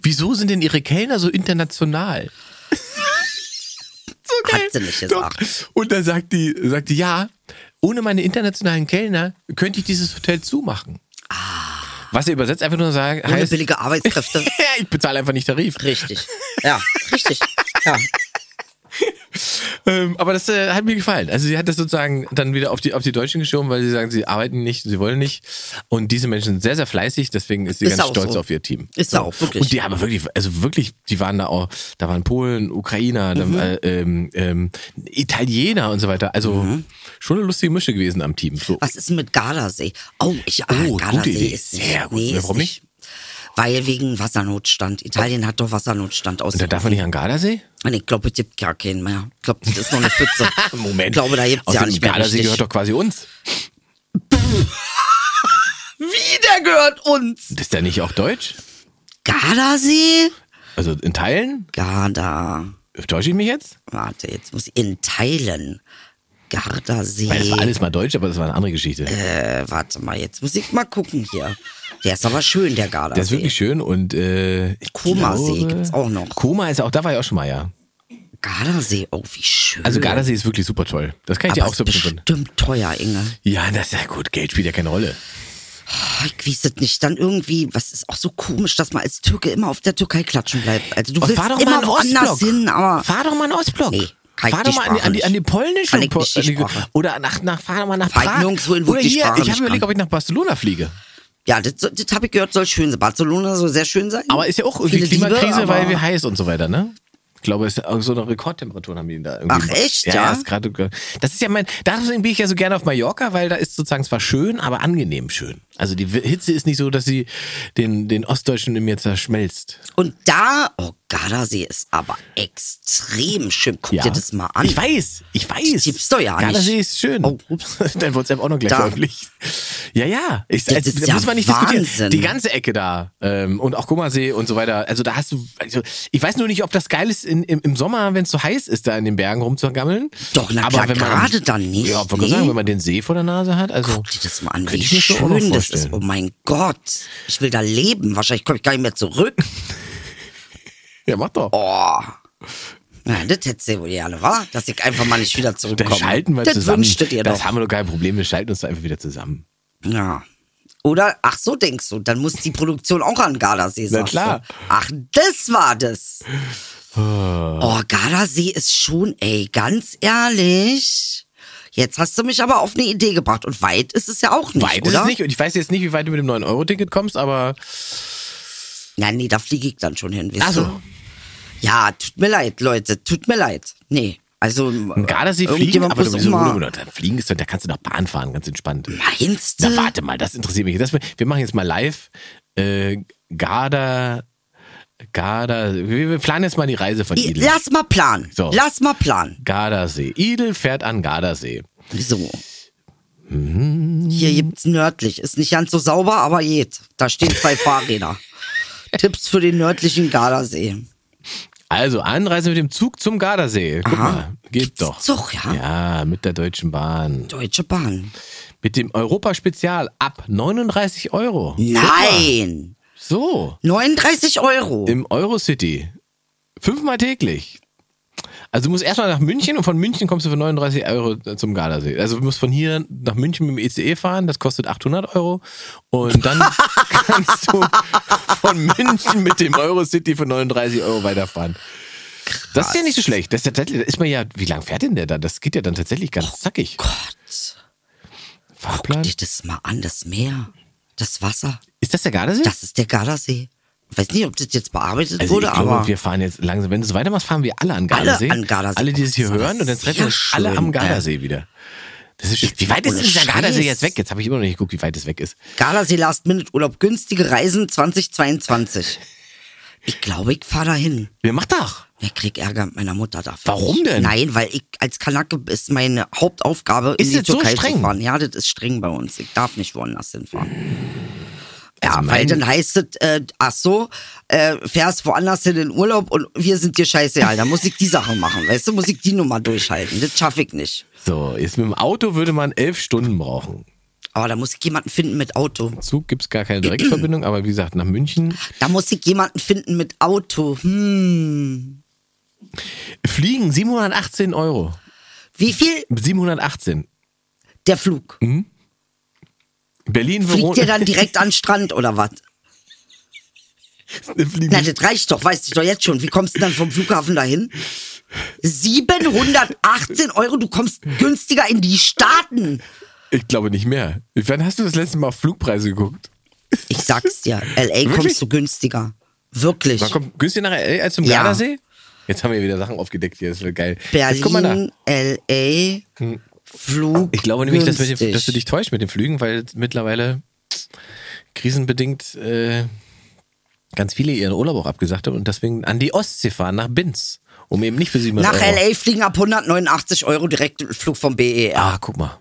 [SPEAKER 3] wieso sind denn ihre Kellner so international? so
[SPEAKER 4] Hat sie nicht gesagt.
[SPEAKER 3] Doch. Und dann sagt die, sagt die, ja, ohne meine internationalen Kellner könnte ich dieses Hotel zumachen. Was er übersetzt einfach nur sagt,
[SPEAKER 4] Ah. Ohne
[SPEAKER 3] heißt,
[SPEAKER 4] billige Arbeitskräfte.
[SPEAKER 3] ich bezahle einfach nicht Tarif.
[SPEAKER 4] richtig. Ja, richtig. Ja.
[SPEAKER 3] Ähm, aber das äh, hat mir gefallen. Also sie hat das sozusagen dann wieder auf die, auf die Deutschen geschoben, weil sie sagen, sie arbeiten nicht, sie wollen nicht. Und diese Menschen sind sehr, sehr fleißig, deswegen ist sie
[SPEAKER 4] Ist
[SPEAKER 3] ganz
[SPEAKER 4] auch
[SPEAKER 3] stolz
[SPEAKER 4] so.
[SPEAKER 3] auf ihr Team.
[SPEAKER 4] Ist
[SPEAKER 3] So.
[SPEAKER 4] auch, wirklich.
[SPEAKER 3] Und die haben wirklich, also wirklich, die waren da auch, da waren Polen, Ukrainer,
[SPEAKER 4] Mhm.
[SPEAKER 3] da, war, ähm, ähm, Italiener und so weiter. Also
[SPEAKER 4] Mhm.
[SPEAKER 3] schon eine lustige Mische gewesen am Team. So.
[SPEAKER 4] Was ist denn mit Gardasee? Oh, ich, ah,
[SPEAKER 3] Oh, gute
[SPEAKER 4] Gardasee
[SPEAKER 3] Idee.
[SPEAKER 4] ist
[SPEAKER 3] Sehr gut.
[SPEAKER 4] ist
[SPEAKER 3] Warum nicht?
[SPEAKER 4] Weil wegen Wassernotstand. Italien hat doch Wassernotstand aus.
[SPEAKER 3] Und da darf man nicht an Gardasee?
[SPEAKER 4] Und ich glaube, es gibt gar keinen mehr. Ich glaube, das ist noch eine Pfütze. Ich glaube, da gibt's ja
[SPEAKER 3] Außerdem
[SPEAKER 4] nicht mehr
[SPEAKER 3] Gardasee
[SPEAKER 4] richtig.
[SPEAKER 3] gehört doch quasi uns.
[SPEAKER 4] Wie, der gehört uns?
[SPEAKER 3] Ist der nicht auch deutsch?
[SPEAKER 4] Gardasee?
[SPEAKER 3] Also in Teilen?
[SPEAKER 4] Garda.
[SPEAKER 3] Täusche ich mich jetzt?
[SPEAKER 4] Warte, jetzt muss ich in Teilen. Gardasee.
[SPEAKER 3] Weil das war alles mal deutsch, aber das war eine andere Geschichte.
[SPEAKER 4] äh, warte mal, jetzt muss ich mal gucken hier. Der ist aber schön, der Gardasee.
[SPEAKER 3] Der ist wirklich schön und äh, ich
[SPEAKER 4] also Komasee
[SPEAKER 3] glaube-
[SPEAKER 4] gibt's auch noch.
[SPEAKER 3] Koma ist auch, da war ich auch schon mal, ja.
[SPEAKER 4] Gardasee, oh, wie schön.
[SPEAKER 3] Also Gardasee ist wirklich super toll. Das kann ich dir
[SPEAKER 4] aber
[SPEAKER 3] auch
[SPEAKER 4] ist
[SPEAKER 3] so bestimmt.
[SPEAKER 4] bestimmt teuer, Inge.
[SPEAKER 3] Ja, das ist ja gut. Geld spielt ja keine Rolle.
[SPEAKER 4] Ach, ich weiß es nicht. Dann irgendwie, was ist auch so komisch, dass man als Türke immer auf der Türkei klatschen bleibt. Also du willst
[SPEAKER 3] fahr doch mal
[SPEAKER 4] immer
[SPEAKER 3] in
[SPEAKER 4] woanders
[SPEAKER 3] Ostblock.
[SPEAKER 4] hin, aber
[SPEAKER 3] fahr doch mal in den Ostblock.
[SPEAKER 4] Nee, kann ich
[SPEAKER 3] fahr doch
[SPEAKER 4] die
[SPEAKER 3] mal an, die-
[SPEAKER 4] Sprache
[SPEAKER 3] an, die, an die
[SPEAKER 4] nicht.
[SPEAKER 3] polnische
[SPEAKER 4] Kann ich nicht die
[SPEAKER 3] an die-
[SPEAKER 4] Sprache.
[SPEAKER 3] oder nach, nach fahr doch mal nach
[SPEAKER 4] Fahr ich
[SPEAKER 3] Prag.
[SPEAKER 4] nirgendwo hin, wo
[SPEAKER 3] oder
[SPEAKER 4] ich die
[SPEAKER 3] hier,
[SPEAKER 4] Sprache
[SPEAKER 3] ich
[SPEAKER 4] nicht
[SPEAKER 3] habe überlegt,
[SPEAKER 4] kann.
[SPEAKER 3] ob ich nach Barcelona fliege.
[SPEAKER 4] ja, das, das habe ich gehört, soll schön sein. Barcelona soll sehr schön sein.
[SPEAKER 3] Aber ist ja auch irgendwie
[SPEAKER 4] Viele
[SPEAKER 3] Klimakrise,
[SPEAKER 4] Liebe,
[SPEAKER 3] weil
[SPEAKER 4] aber-
[SPEAKER 3] wir heiß und so weiter, ne? Ich glaube, es ist auch so eine Rekordtemperatur haben die da irgendwie.
[SPEAKER 4] Ach, echt,
[SPEAKER 3] Ja,
[SPEAKER 4] ja?
[SPEAKER 3] ist gerade. Das ist ja mein. Deswegen bin ich ja so gerne auf Mallorca, weil da ist sozusagen zwar schön, aber angenehm schön. Also die Hitze ist nicht so, dass sie den, den Ostdeutschen in mir zerschmelzt.
[SPEAKER 4] Und da, oh, Gardasee ist aber extrem schön. Guck dir das mal an.
[SPEAKER 3] Ich weiß, ich weiß.
[SPEAKER 4] Das gibt's doch ja nicht.
[SPEAKER 3] Gardasee ist schön.
[SPEAKER 4] Oh, ups.
[SPEAKER 3] Dein WhatsApp auch noch gleich
[SPEAKER 4] Da.
[SPEAKER 3] veröffentlicht. Ja, ja. Ich,
[SPEAKER 4] Das
[SPEAKER 3] also,
[SPEAKER 4] ist
[SPEAKER 3] da
[SPEAKER 4] ja
[SPEAKER 3] muss man nicht diskutieren.
[SPEAKER 4] Wahnsinn.
[SPEAKER 3] Die ganze Ecke da. Ähm, und auch Gummersee und so weiter. Also da hast du. Also, ich weiß nur nicht, ob das geil ist, in, im, im Sommer, wenn es so heiß ist, da in den Bergen rumzugammeln.
[SPEAKER 4] Doch, na
[SPEAKER 3] Aber
[SPEAKER 4] klar,
[SPEAKER 3] wenn man,
[SPEAKER 4] gerade dann nicht,
[SPEAKER 3] Ja, wollte
[SPEAKER 4] nee.
[SPEAKER 3] sagen, wenn man den See vor der Nase hat. Also,
[SPEAKER 4] Guck dir das mal an,
[SPEAKER 3] Könnte
[SPEAKER 4] wie
[SPEAKER 3] ich mir schon auch noch
[SPEAKER 4] schön das ist.
[SPEAKER 3] vorstellen.
[SPEAKER 4] Oh mein Gott, ich will da leben. Wahrscheinlich komme ich gar nicht mehr zurück.
[SPEAKER 3] ja, mach doch.
[SPEAKER 4] Oh. Na, das hättest du wohl gerne, wa? Dass ich einfach mal nicht wieder
[SPEAKER 3] Dann
[SPEAKER 4] zurückkomme.
[SPEAKER 3] schalten wir
[SPEAKER 4] das
[SPEAKER 3] zusammen.
[SPEAKER 4] wünschtet ihr
[SPEAKER 3] das
[SPEAKER 4] doch.
[SPEAKER 3] haben wir doch kein Problem. Wir schalten uns da einfach wieder zusammen.
[SPEAKER 4] Ja. Oder, ach so denkst du, dann muss die Produktion auch an Gardasee sein.
[SPEAKER 3] klar.
[SPEAKER 4] Du. Ach, das war das.
[SPEAKER 3] Ah.
[SPEAKER 4] Oh, Gardasee ist schon, ey, ganz ehrlich. Jetzt hast du mich aber auf eine Idee gebracht. Und weit ist es ja auch nicht,
[SPEAKER 3] Weit ist
[SPEAKER 4] oder?
[SPEAKER 3] es nicht. Und ich weiß jetzt nicht, wie weit du mit dem 9-Euro-Ticket kommst, aber.
[SPEAKER 4] Ja, nee, da fliege ich dann schon hin, weißt
[SPEAKER 3] Ach so.
[SPEAKER 4] du? Ja, tut mir leid, Leute, tut mir leid. Nee, also...
[SPEAKER 3] Und Gardasee fliegen,
[SPEAKER 4] irgendjemand
[SPEAKER 3] aber
[SPEAKER 4] muss
[SPEAKER 3] sowieso ne?
[SPEAKER 4] auch mal-
[SPEAKER 3] mal. Dann fliegen ist doch, da kannst du doch Bahn fahren, ganz entspannt.
[SPEAKER 4] Meinst du?
[SPEAKER 3] Na, warte mal, das interessiert mich. Das, wir machen jetzt mal live. Äh, Garda, Garda, wir, wir planen jetzt mal die Reise von
[SPEAKER 4] I-
[SPEAKER 3] Idel.
[SPEAKER 4] Lass mal planen.
[SPEAKER 3] So.
[SPEAKER 4] Lass mal planen.
[SPEAKER 3] Gardasee. Idel fährt an Gardasee.
[SPEAKER 4] So. Hier gibt's nördlich. Ist nicht ganz so sauber, aber geht. Da stehen zwei Fahrräder. Tipps für den nördlichen Gardasee.
[SPEAKER 3] Also, Anreise mit dem Zug zum Gardasee. Guck
[SPEAKER 4] Aha.
[SPEAKER 3] mal, geht doch.
[SPEAKER 4] Zug, ja?
[SPEAKER 3] Ja, mit der Deutschen Bahn.
[SPEAKER 4] Deutsche Bahn.
[SPEAKER 3] Mit dem Europa-Spezial ab 39 Euro.
[SPEAKER 4] Nein!
[SPEAKER 3] So.
[SPEAKER 4] 39 Euro.
[SPEAKER 3] Im Eurocity. Fünfmal täglich. Also du musst erstmal nach München und von München kommst du für 39 Euro zum Gardasee. Also du musst von hier nach München mit dem ECE fahren, das kostet 800 Euro. Und dann kannst du von München mit dem Eurocity für 39 Euro weiterfahren. Das ist ja nicht so schlecht. Das ist, ja tatsächlich- da ist man ja, wie lange fährt denn der dann? Das geht ja dann tatsächlich ganz zackig.
[SPEAKER 4] Oh Gott,
[SPEAKER 3] Fahrplan.
[SPEAKER 4] dir das mal an, das Meer, das Wasser.
[SPEAKER 3] Ist das der Gardasee?
[SPEAKER 4] Das ist der Gardasee. Ich weiß nicht, ob das jetzt bearbeitet
[SPEAKER 3] Also
[SPEAKER 4] wurde,
[SPEAKER 3] ich glaube,
[SPEAKER 4] aber
[SPEAKER 3] wir fahren jetzt langsam. Wenn du so weitermachst, fahren wir alle an
[SPEAKER 4] Alle
[SPEAKER 3] Gardasee.
[SPEAKER 4] an Gardasee.
[SPEAKER 3] Alle, die das hier
[SPEAKER 4] Das war
[SPEAKER 3] hören und dann treffen wir
[SPEAKER 4] sehr
[SPEAKER 3] uns alle
[SPEAKER 4] schön,
[SPEAKER 3] am Gardasee wieder. Das ist, schön. wie weit ist
[SPEAKER 4] Ohne
[SPEAKER 3] denn dieser
[SPEAKER 4] Scheiß.
[SPEAKER 3] Gardasee jetzt weg? Jetzt habe ich immer noch nicht geguckt, wie weit es weg ist.
[SPEAKER 4] Gardasee Last-Minute-Urlaub, günstige Reisen 2022. Ich glaube, ich fahre dahin.
[SPEAKER 3] Wer macht das?
[SPEAKER 4] Ich krieg Ärger mit meiner Mutter dafür.
[SPEAKER 3] Warum denn?
[SPEAKER 4] Nein, weil ich als Kanake ist meine Hauptaufgabe,
[SPEAKER 3] Ist
[SPEAKER 4] in die
[SPEAKER 3] das so
[SPEAKER 4] Türkei
[SPEAKER 3] streng?
[SPEAKER 4] zu fahren. Ja, das ist streng bei uns. Ich darf nicht woanders hinfahren. Ja,
[SPEAKER 3] Also
[SPEAKER 4] weil
[SPEAKER 3] mein-
[SPEAKER 4] dann heißt es, äh, ach so, äh, fährst woanders hin in Urlaub und wir sind dir scheißegal. Da muss ich die Sache machen, weißt du, muss ich die Nummer durchhalten. Das schaffe ich nicht.
[SPEAKER 3] So, jetzt mit dem Auto würde man elf Stunden brauchen.
[SPEAKER 4] Aber da muss ich jemanden finden mit Auto.
[SPEAKER 3] Zug gibt's gar keine Direktverbindung, aber wie gesagt, nach München.
[SPEAKER 4] Da muss ich jemanden finden mit Auto. Hm.
[SPEAKER 3] Fliegen 718 Euro.
[SPEAKER 4] Wie viel
[SPEAKER 3] 718.
[SPEAKER 4] der Flug?
[SPEAKER 3] Hm? Berlin,
[SPEAKER 4] Fliegt ihr
[SPEAKER 3] Verona.
[SPEAKER 4] dann direkt an den Strand oder was?
[SPEAKER 3] Fliegen
[SPEAKER 4] Na, das reicht doch, weißt du doch jetzt schon. Wie kommst du dann vom Flughafen dahin? 718 Euro, du kommst günstiger in die Staaten.
[SPEAKER 3] Ich glaube nicht mehr. Wann hast du das letzte Mal auf Flugpreise geguckt?
[SPEAKER 4] Ich sag's dir, LA
[SPEAKER 3] Wirklich?
[SPEAKER 4] kommst du günstiger. Wirklich.
[SPEAKER 3] Man kommt günstiger nach L.A. als zum
[SPEAKER 4] Ja.
[SPEAKER 3] Gardasee? Jetzt haben wir wieder Sachen aufgedeckt hier, das wird geil. Jetzt guck mal nach.
[SPEAKER 4] Berlin, LA, Flug.
[SPEAKER 3] Ich glaube nämlich, dass, wir,
[SPEAKER 4] günstig.
[SPEAKER 3] dass du dich täuscht mit den Flügen, weil mittlerweile krisenbedingt äh, ganz viele ihren Urlaub auch abgesagt haben und deswegen an die Ostsee fahren, nach Binz, um eben nicht für 700
[SPEAKER 4] Nach
[SPEAKER 3] Euro.
[SPEAKER 4] LA fliegen ab 189 Euro direkt Flug vom E BER.
[SPEAKER 3] Ah, guck mal.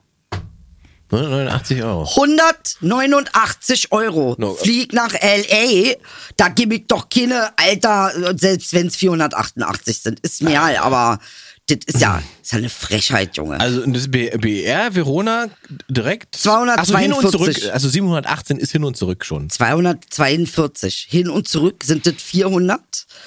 [SPEAKER 3] 189 Euro.
[SPEAKER 4] 189 Euro.
[SPEAKER 3] No.
[SPEAKER 4] Flieg nach L.A. Da gebe ich doch keine, Alter, selbst wenn es 488 sind. Ist mir halt, aber das ist ja, ist ja eine Frechheit, Junge.
[SPEAKER 3] Mhm. Also das B- BR, Verona, direkt.
[SPEAKER 4] 242.
[SPEAKER 3] Also hin und zurück. Also 718 ist hin und zurück schon.
[SPEAKER 4] 242. Hin und zurück sind das 400.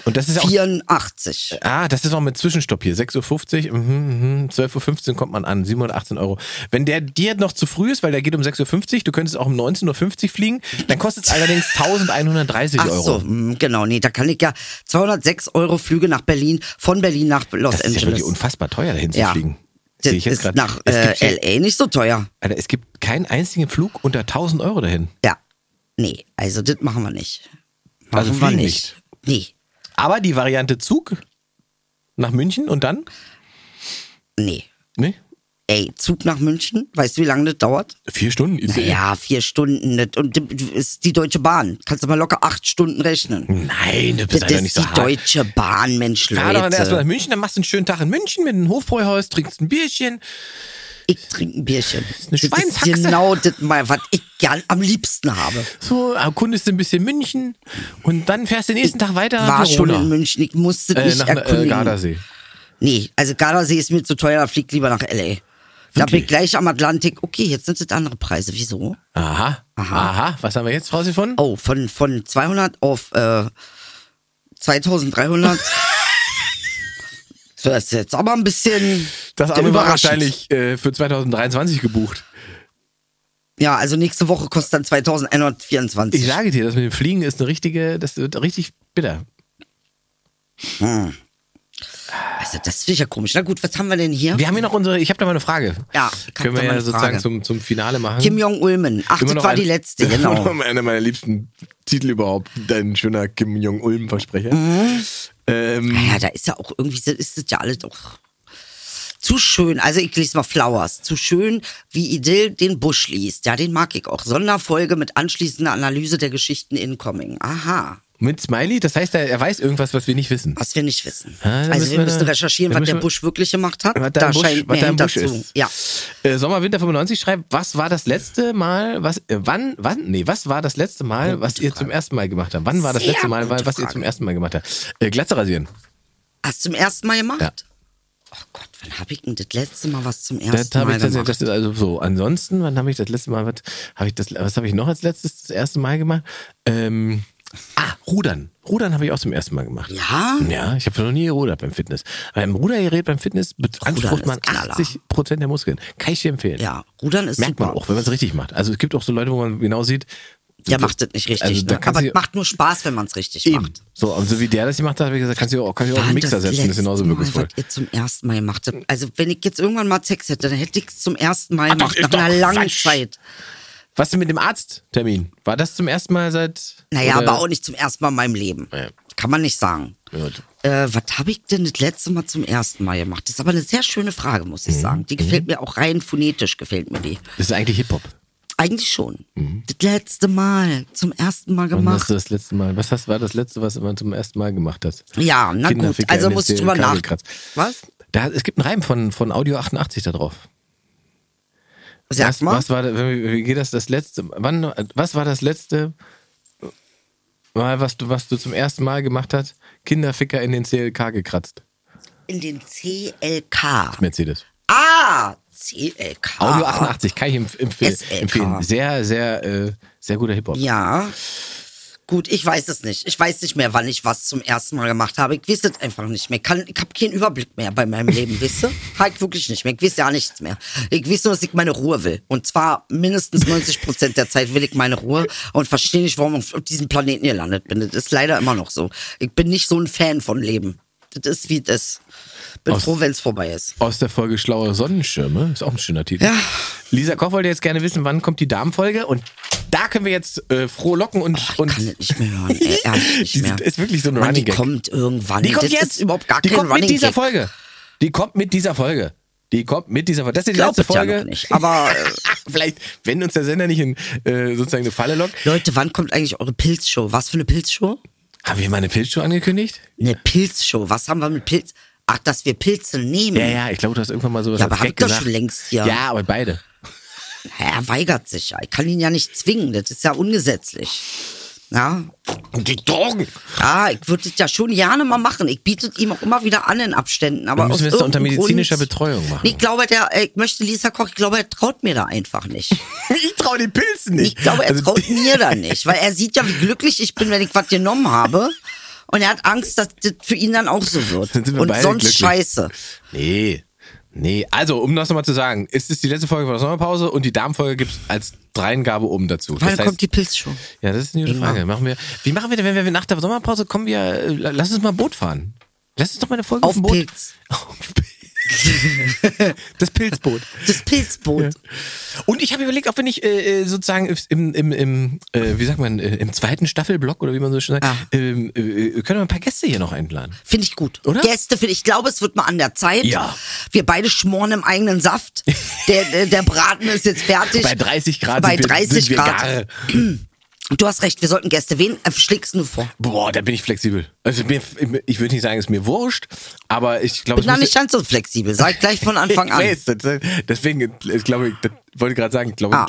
[SPEAKER 3] Und das ist ja auch-
[SPEAKER 4] 84.
[SPEAKER 3] Ah, das ist noch mit Zwischenstopp hier. 6.50 Uhr, mhm, mhm, 12.15 Uhr kommt man an, 718 Euro. Wenn der dir noch zu früh ist, weil der geht um 6.50 Uhr, du könntest auch um 19.50 Uhr fliegen, dann kostet es allerdings 1130
[SPEAKER 4] Ach
[SPEAKER 3] Euro.
[SPEAKER 4] so, hm, genau, nee, da kann ich ja 206 Euro Flüge nach Berlin, von Berlin nach Los
[SPEAKER 3] Das ist ja
[SPEAKER 4] Angeles.
[SPEAKER 3] wirklich unfassbar teuer, dahin zu fliegen.
[SPEAKER 4] Das
[SPEAKER 3] Sehe ich jetzt
[SPEAKER 4] ist
[SPEAKER 3] grad.
[SPEAKER 4] nach
[SPEAKER 3] es,
[SPEAKER 4] äh,
[SPEAKER 3] gibt, ja-
[SPEAKER 4] L.A. nicht so teuer.
[SPEAKER 3] Alter, es gibt keinen einzigen Flug unter 1000 Euro dahin.
[SPEAKER 4] Ja. Nee, also das machen wir nicht.
[SPEAKER 3] Also
[SPEAKER 4] Machen wir
[SPEAKER 3] fliegen
[SPEAKER 4] nicht. nicht.
[SPEAKER 3] Aber die Variante Zug nach München und dann?
[SPEAKER 4] Nee, nee.
[SPEAKER 3] Ne?
[SPEAKER 4] Ey, Zug nach München, weißt du, wie lange das dauert?
[SPEAKER 3] Vier Stunden ist
[SPEAKER 4] Ja, vier Stunden. Das, und das ist die Deutsche Bahn. Kannst du mal locker acht Stunden rechnen.
[SPEAKER 3] Nein, du
[SPEAKER 4] Das
[SPEAKER 3] bist
[SPEAKER 4] ist
[SPEAKER 3] einfach nicht
[SPEAKER 4] die
[SPEAKER 3] so hart.
[SPEAKER 4] Deutsche Bahn, Mensch,
[SPEAKER 3] Fahr doch dann erstmal nach
[SPEAKER 4] Leute.
[SPEAKER 3] München, dann machst du einen schönen Tag in München mit einem Hofbräuhaus, trinkst ein Bierchen.
[SPEAKER 4] Ich trinke ein Bierchen.
[SPEAKER 3] eine
[SPEAKER 4] Das ist
[SPEAKER 3] Schweinshaxe.
[SPEAKER 4] genau das mal, was ich gern am liebsten habe.
[SPEAKER 3] So, erkundest ein bisschen München und dann fährst du den nächsten Tag weiter nach
[SPEAKER 4] War schon
[SPEAKER 3] Verona.
[SPEAKER 4] in München, ich musste
[SPEAKER 3] Ah, äh,
[SPEAKER 4] nicht
[SPEAKER 3] nach äh,
[SPEAKER 4] erkundigen.
[SPEAKER 3] Gardasee.
[SPEAKER 4] Nee, also Gardasee ist mir zu teuer, da fliegt lieber nach L.A. Da bin
[SPEAKER 3] Wirklich?
[SPEAKER 4] ich gleich am Atlantik. Okay, jetzt sind es andere Preise. Wieso?
[SPEAKER 3] Aha, aha, Was haben wir jetzt rausgefunden?
[SPEAKER 4] Oh, von, von 200 auf äh, 2300. das ist jetzt aber ein bisschen.
[SPEAKER 3] Das arme war
[SPEAKER 4] überraschend.
[SPEAKER 3] wahrscheinlich äh, für 2023 gebucht.
[SPEAKER 4] Ja, also nächste Woche kostet dann 2124.
[SPEAKER 3] Ich sage dir, das mit dem Fliegen ist eine richtige, das wird richtig bitter.
[SPEAKER 4] also, das finde ich ja komisch. Na gut, was haben wir denn hier?
[SPEAKER 3] Wir haben hier noch unsere, ich habe da mal eine Frage.
[SPEAKER 4] Ja, ich hab
[SPEAKER 3] Können wir
[SPEAKER 4] da mal
[SPEAKER 3] ja
[SPEAKER 4] eine
[SPEAKER 3] sozusagen
[SPEAKER 4] Frage.
[SPEAKER 3] zum, zum Finale machen.
[SPEAKER 4] Kim Jong-Ulmen. Ach,
[SPEAKER 3] Immer
[SPEAKER 4] das
[SPEAKER 3] noch
[SPEAKER 4] war
[SPEAKER 3] ein-
[SPEAKER 4] die letzte,
[SPEAKER 3] Immer
[SPEAKER 4] genau.
[SPEAKER 3] noch einer meiner liebsten Titel überhaupt. Dein schöner Kim Jong-Ulm-Versprecher.
[SPEAKER 4] Mhm.
[SPEAKER 3] Ähm,
[SPEAKER 4] Ja, da ist ja auch irgendwie, das ist das ja alles auch zu schön. Also, ich lese mal Flowers. Zu schön, wie Idyll den Busch liest. Ja, den mag ich auch. Sonderfolge mit anschließender Analyse der Geschichten incoming. Aha.
[SPEAKER 3] mit Smiley, das heißt, er, er weiß irgendwas, was wir nicht wissen.
[SPEAKER 4] Was wir nicht wissen.
[SPEAKER 3] Ja, dann müssen
[SPEAKER 4] also wir
[SPEAKER 3] wir
[SPEAKER 4] müssen
[SPEAKER 3] da-
[SPEAKER 4] recherchieren,
[SPEAKER 3] dann
[SPEAKER 4] was der
[SPEAKER 3] müssen wir-
[SPEAKER 4] Busch wirklich gemacht hat.
[SPEAKER 3] Was da
[SPEAKER 4] da
[SPEAKER 3] im Busch,
[SPEAKER 4] scheint
[SPEAKER 3] was
[SPEAKER 4] mehr
[SPEAKER 3] da im
[SPEAKER 4] hinter
[SPEAKER 3] Busch
[SPEAKER 4] zu.
[SPEAKER 3] ist.
[SPEAKER 4] Ja.
[SPEAKER 3] Äh, Sommer, Winter 95 schreibt, was war das letzte Mal, was, äh, wann, wann, nee, was war das letzte Mal, was ihr zum ersten Mal gemacht habt? Wann war das
[SPEAKER 4] Sehr
[SPEAKER 3] letzte Mal,
[SPEAKER 4] gute
[SPEAKER 3] was ihr
[SPEAKER 4] Frage.
[SPEAKER 3] zum ersten Mal gemacht habt? Äh, Glatze rasieren.
[SPEAKER 4] Hast du zum ersten Mal gemacht?
[SPEAKER 3] Ja.
[SPEAKER 4] Oh Gott, wann habe ich denn das letzte Mal was zum
[SPEAKER 3] Das
[SPEAKER 4] ersten
[SPEAKER 3] habe
[SPEAKER 4] Mal
[SPEAKER 3] ich tatsächlich,
[SPEAKER 4] gemacht?
[SPEAKER 3] das ist also so. Ansonsten, wann habe ich das letzte Mal, was habe ich das, was habe ich noch als letztes das erste Mal gemacht? Ähm, ah, Rudern. Rudern habe ich auch zum ersten Mal gemacht.
[SPEAKER 4] Ja?
[SPEAKER 3] Ja, ich habe noch nie gerudert beim Fitness. Beim Rudergerät beim Fitness beansprucht
[SPEAKER 4] ist
[SPEAKER 3] man
[SPEAKER 4] Knaller.
[SPEAKER 3] 80 Prozent der Muskeln. Kann ich dir empfehlen.
[SPEAKER 4] ja, Rudern ist
[SPEAKER 3] Merkt
[SPEAKER 4] super.
[SPEAKER 3] man auch, wenn man es richtig macht. Also es gibt auch so Leute, wo man genau sieht,
[SPEAKER 4] Der macht das nicht richtig.
[SPEAKER 3] Also, da
[SPEAKER 4] ne?
[SPEAKER 3] kannst
[SPEAKER 4] Aber
[SPEAKER 3] du-
[SPEAKER 4] es macht nur Spaß, wenn man es richtig
[SPEAKER 3] eben.
[SPEAKER 4] macht.
[SPEAKER 3] So, und so wie der das gemacht hat, habe ich gesagt, kannst du auch, kannst du auch
[SPEAKER 4] Wann
[SPEAKER 3] einen Mixer
[SPEAKER 4] das
[SPEAKER 3] setzen, das ist
[SPEAKER 4] letzte
[SPEAKER 3] genauso
[SPEAKER 4] Mal,
[SPEAKER 3] wirkungsvoll.
[SPEAKER 4] Was ihr zum ersten Mal gemacht habt. Also, wenn ich jetzt irgendwann mal Sex hätte, dann hätte ich es zum ersten Mal
[SPEAKER 3] Ach, das
[SPEAKER 4] gemacht,
[SPEAKER 3] ist
[SPEAKER 4] nach
[SPEAKER 3] Ah, doch
[SPEAKER 4] einer langen
[SPEAKER 3] Quatsch.
[SPEAKER 4] Zeit.
[SPEAKER 3] Was denn mit dem Arzttermin? War das zum ersten Mal seit
[SPEAKER 4] Naja,
[SPEAKER 3] oder-
[SPEAKER 4] aber auch nicht zum ersten Mal in meinem Leben.
[SPEAKER 3] Ja.
[SPEAKER 4] Kann man nicht sagen.
[SPEAKER 3] Gut.
[SPEAKER 4] Äh, was habe ich denn das letzte Mal zum ersten Mal gemacht? Das ist aber eine sehr schöne Frage, muss
[SPEAKER 3] Mhm.
[SPEAKER 4] ich sagen. Die gefällt mir auch rein phonetisch, gefällt mir die.
[SPEAKER 3] Das ist eigentlich Hip-Hop.
[SPEAKER 4] Eigentlich schon. Das letzte Mal, zum ersten Mal
[SPEAKER 3] Wann hast
[SPEAKER 4] gemacht.
[SPEAKER 3] du Mhm. das letzte Mal? Was hast, war das letzte, was man zum ersten Mal gemacht hat?
[SPEAKER 4] Ja, na gut,
[SPEAKER 3] Kinderficker
[SPEAKER 4] also
[SPEAKER 3] in
[SPEAKER 4] muss ich
[SPEAKER 3] den
[SPEAKER 4] drüber nach.
[SPEAKER 3] Kabelkratz.
[SPEAKER 4] Was?
[SPEAKER 3] Da, es gibt einen Reim von, von Audio 88 da drauf.
[SPEAKER 4] Sag
[SPEAKER 3] was,
[SPEAKER 4] mal.
[SPEAKER 3] was war, da- wie wie geht das das letzte? Wann, was war das letzte Mal, was du, was du zum ersten Mal gemacht hast? Kinderficker in den CLK gekratzt.
[SPEAKER 4] In den CLK.
[SPEAKER 3] Mercedes.
[SPEAKER 4] Ah, CLK.
[SPEAKER 3] Audio 88 kann ich empf empfehlen.
[SPEAKER 4] SLK.
[SPEAKER 3] empfehlen. Sehr, sehr, äh, sehr guter Hip-Hop.
[SPEAKER 4] äh, Ja. Gut, ich weiß es nicht. Ich weiß nicht mehr, wann ich was zum ersten Mal gemacht habe. Ich weiß es einfach nicht mehr. Kann, ich habe keinen Überblick mehr bei meinem Leben, wisst ihr? Hab ich wirklich nicht mehr. Ich weiß ja nichts mehr. Ich weiß nur, dass ich meine Ruhe will. Und zwar mindestens 90 Prozent der Zeit will ich meine Ruhe und verstehe nicht, warum ich auf diesem Planeten gelandet bin. Das ist leider immer noch so. Ich bin nicht so ein Fan von Leben. Das ist, wie das ist. Bin
[SPEAKER 3] Aus-
[SPEAKER 4] froh, wenn es vorbei ist.
[SPEAKER 3] Aus der Folge Schlaue Sonnenschirme. Ist auch ein schöner Titel.
[SPEAKER 4] Ja.
[SPEAKER 3] Lisa Koch wollte jetzt gerne wissen, wann kommt die Damenfolge. Und da können wir jetzt äh, froh locken und.
[SPEAKER 4] Ach, ich
[SPEAKER 3] und
[SPEAKER 4] kann das nicht mehr hören. Ey, ehrlich, nicht
[SPEAKER 3] Die
[SPEAKER 4] mehr.
[SPEAKER 3] sind- ist wirklich so ein
[SPEAKER 4] Mann,
[SPEAKER 3] Running
[SPEAKER 4] Die
[SPEAKER 3] Gag.
[SPEAKER 4] kommt irgendwann.
[SPEAKER 3] Die kommt
[SPEAKER 4] das
[SPEAKER 3] jetzt.
[SPEAKER 4] Ist überhaupt gar
[SPEAKER 3] die
[SPEAKER 4] kein
[SPEAKER 3] kommt
[SPEAKER 4] Running
[SPEAKER 3] mit dieser
[SPEAKER 4] Gag.
[SPEAKER 3] Folge. Die kommt mit dieser Folge. Die kommt mit dieser Folge. Das ist die
[SPEAKER 4] Glaub
[SPEAKER 3] letzte
[SPEAKER 4] es ja
[SPEAKER 3] Folge.
[SPEAKER 4] noch nicht, aber, äh,
[SPEAKER 3] vielleicht, wenn uns der Sender nicht in äh, sozusagen eine Falle lockt.
[SPEAKER 4] Leute, wann kommt eigentlich eure Pilzshow? Was für eine Pilzshow?
[SPEAKER 3] Haben wir mal eine Pilzshow angekündigt?
[SPEAKER 4] Eine Pilzshow. Was haben wir mit Pilz? Ach, dass wir Pilze nehmen.
[SPEAKER 3] Ja, ja, ich glaube, du hast irgendwann mal sowas
[SPEAKER 4] Ja, aber
[SPEAKER 3] als
[SPEAKER 4] hab
[SPEAKER 3] Gag
[SPEAKER 4] ich doch
[SPEAKER 3] gesagt.
[SPEAKER 4] schon längst hier.
[SPEAKER 3] Ja, aber beide.
[SPEAKER 4] Er weigert sich ja. Ich kann ihn ja nicht zwingen. Das ist ja ungesetzlich. Ja.
[SPEAKER 3] Und die Drogen.
[SPEAKER 4] Ja, ich würde das ja schon gerne mal machen. Ich biete es ihm auch immer wieder an in Abständen. Aber
[SPEAKER 3] Dann müssen
[SPEAKER 4] aus
[SPEAKER 3] wir es doch unter
[SPEAKER 4] irgendeinem
[SPEAKER 3] medizinischer
[SPEAKER 4] Grund,
[SPEAKER 3] Betreuung machen.
[SPEAKER 4] Nee, Ich glaube, der, äh, ich möchte Lisa Koch, ich glaube, er traut mir da einfach nicht.
[SPEAKER 3] Ich traue den Pilzen
[SPEAKER 4] Ich glaube, er
[SPEAKER 3] Also,
[SPEAKER 4] traut mir da nicht, weil er sieht ja, wie glücklich ich bin, wenn ich was genommen habe. Und er hat Angst, dass das für ihn dann auch so wird.
[SPEAKER 3] Dann sind wir
[SPEAKER 4] Und
[SPEAKER 3] beide
[SPEAKER 4] sonst
[SPEAKER 3] glücklich.
[SPEAKER 4] scheiße.
[SPEAKER 3] Nee. Nee, also um das nochmal zu sagen, es ist die letzte Folge von der Sommerpause und die Damenfolge gibt es als Dreingabe oben dazu.
[SPEAKER 4] Wann
[SPEAKER 3] das heißt,
[SPEAKER 4] kommt die Pilzshow?
[SPEAKER 3] ja, das ist eine gute Frage. Machen wir, wie machen wir denn, wenn wir nach der Sommerpause kommen, wir, äh, lass uns mal Boot fahren. Lass uns doch mal eine Folge
[SPEAKER 4] Auf
[SPEAKER 3] dem Boot.
[SPEAKER 4] Pilz.
[SPEAKER 3] Auf Pilz. Das Pilzboot.
[SPEAKER 4] Das Pilzboot.
[SPEAKER 3] Und ich habe überlegt, ob wir nicht äh, äh, sozusagen im, im, im äh, wie sagt man, äh, im zweiten Staffelblock oder wie man so schön sagt,
[SPEAKER 4] Ah.
[SPEAKER 3] ähm, äh, können wir ein paar Gäste hier noch einladen.
[SPEAKER 4] Finde ich gut.
[SPEAKER 3] Oder?
[SPEAKER 4] Gäste finde ich. Ich glaube, es wird mal an der Zeit.
[SPEAKER 3] Ja.
[SPEAKER 4] Wir beide schmoren im eigenen Saft. Der, der, der Braten ist jetzt fertig.
[SPEAKER 3] Bei 30 Grad
[SPEAKER 4] Bei
[SPEAKER 3] sind wir,
[SPEAKER 4] 30
[SPEAKER 3] sind wir
[SPEAKER 4] Grad.
[SPEAKER 3] gar.
[SPEAKER 4] Du hast recht, wir sollten Gäste. Wen äh, schlägst du vor?
[SPEAKER 3] Boah, da bin ich flexibel. Also mir, ich würde nicht sagen, ist mir wurscht, aber ich glaube,
[SPEAKER 4] Bin
[SPEAKER 3] es
[SPEAKER 4] da
[SPEAKER 3] muss-
[SPEAKER 4] nicht ganz so flexibel. Sag gleich von Anfang
[SPEAKER 3] ich
[SPEAKER 4] an.
[SPEAKER 3] Weiß, das, deswegen, ich glaube, ich das wollte gerade sagen, ich glaube,
[SPEAKER 4] Ah.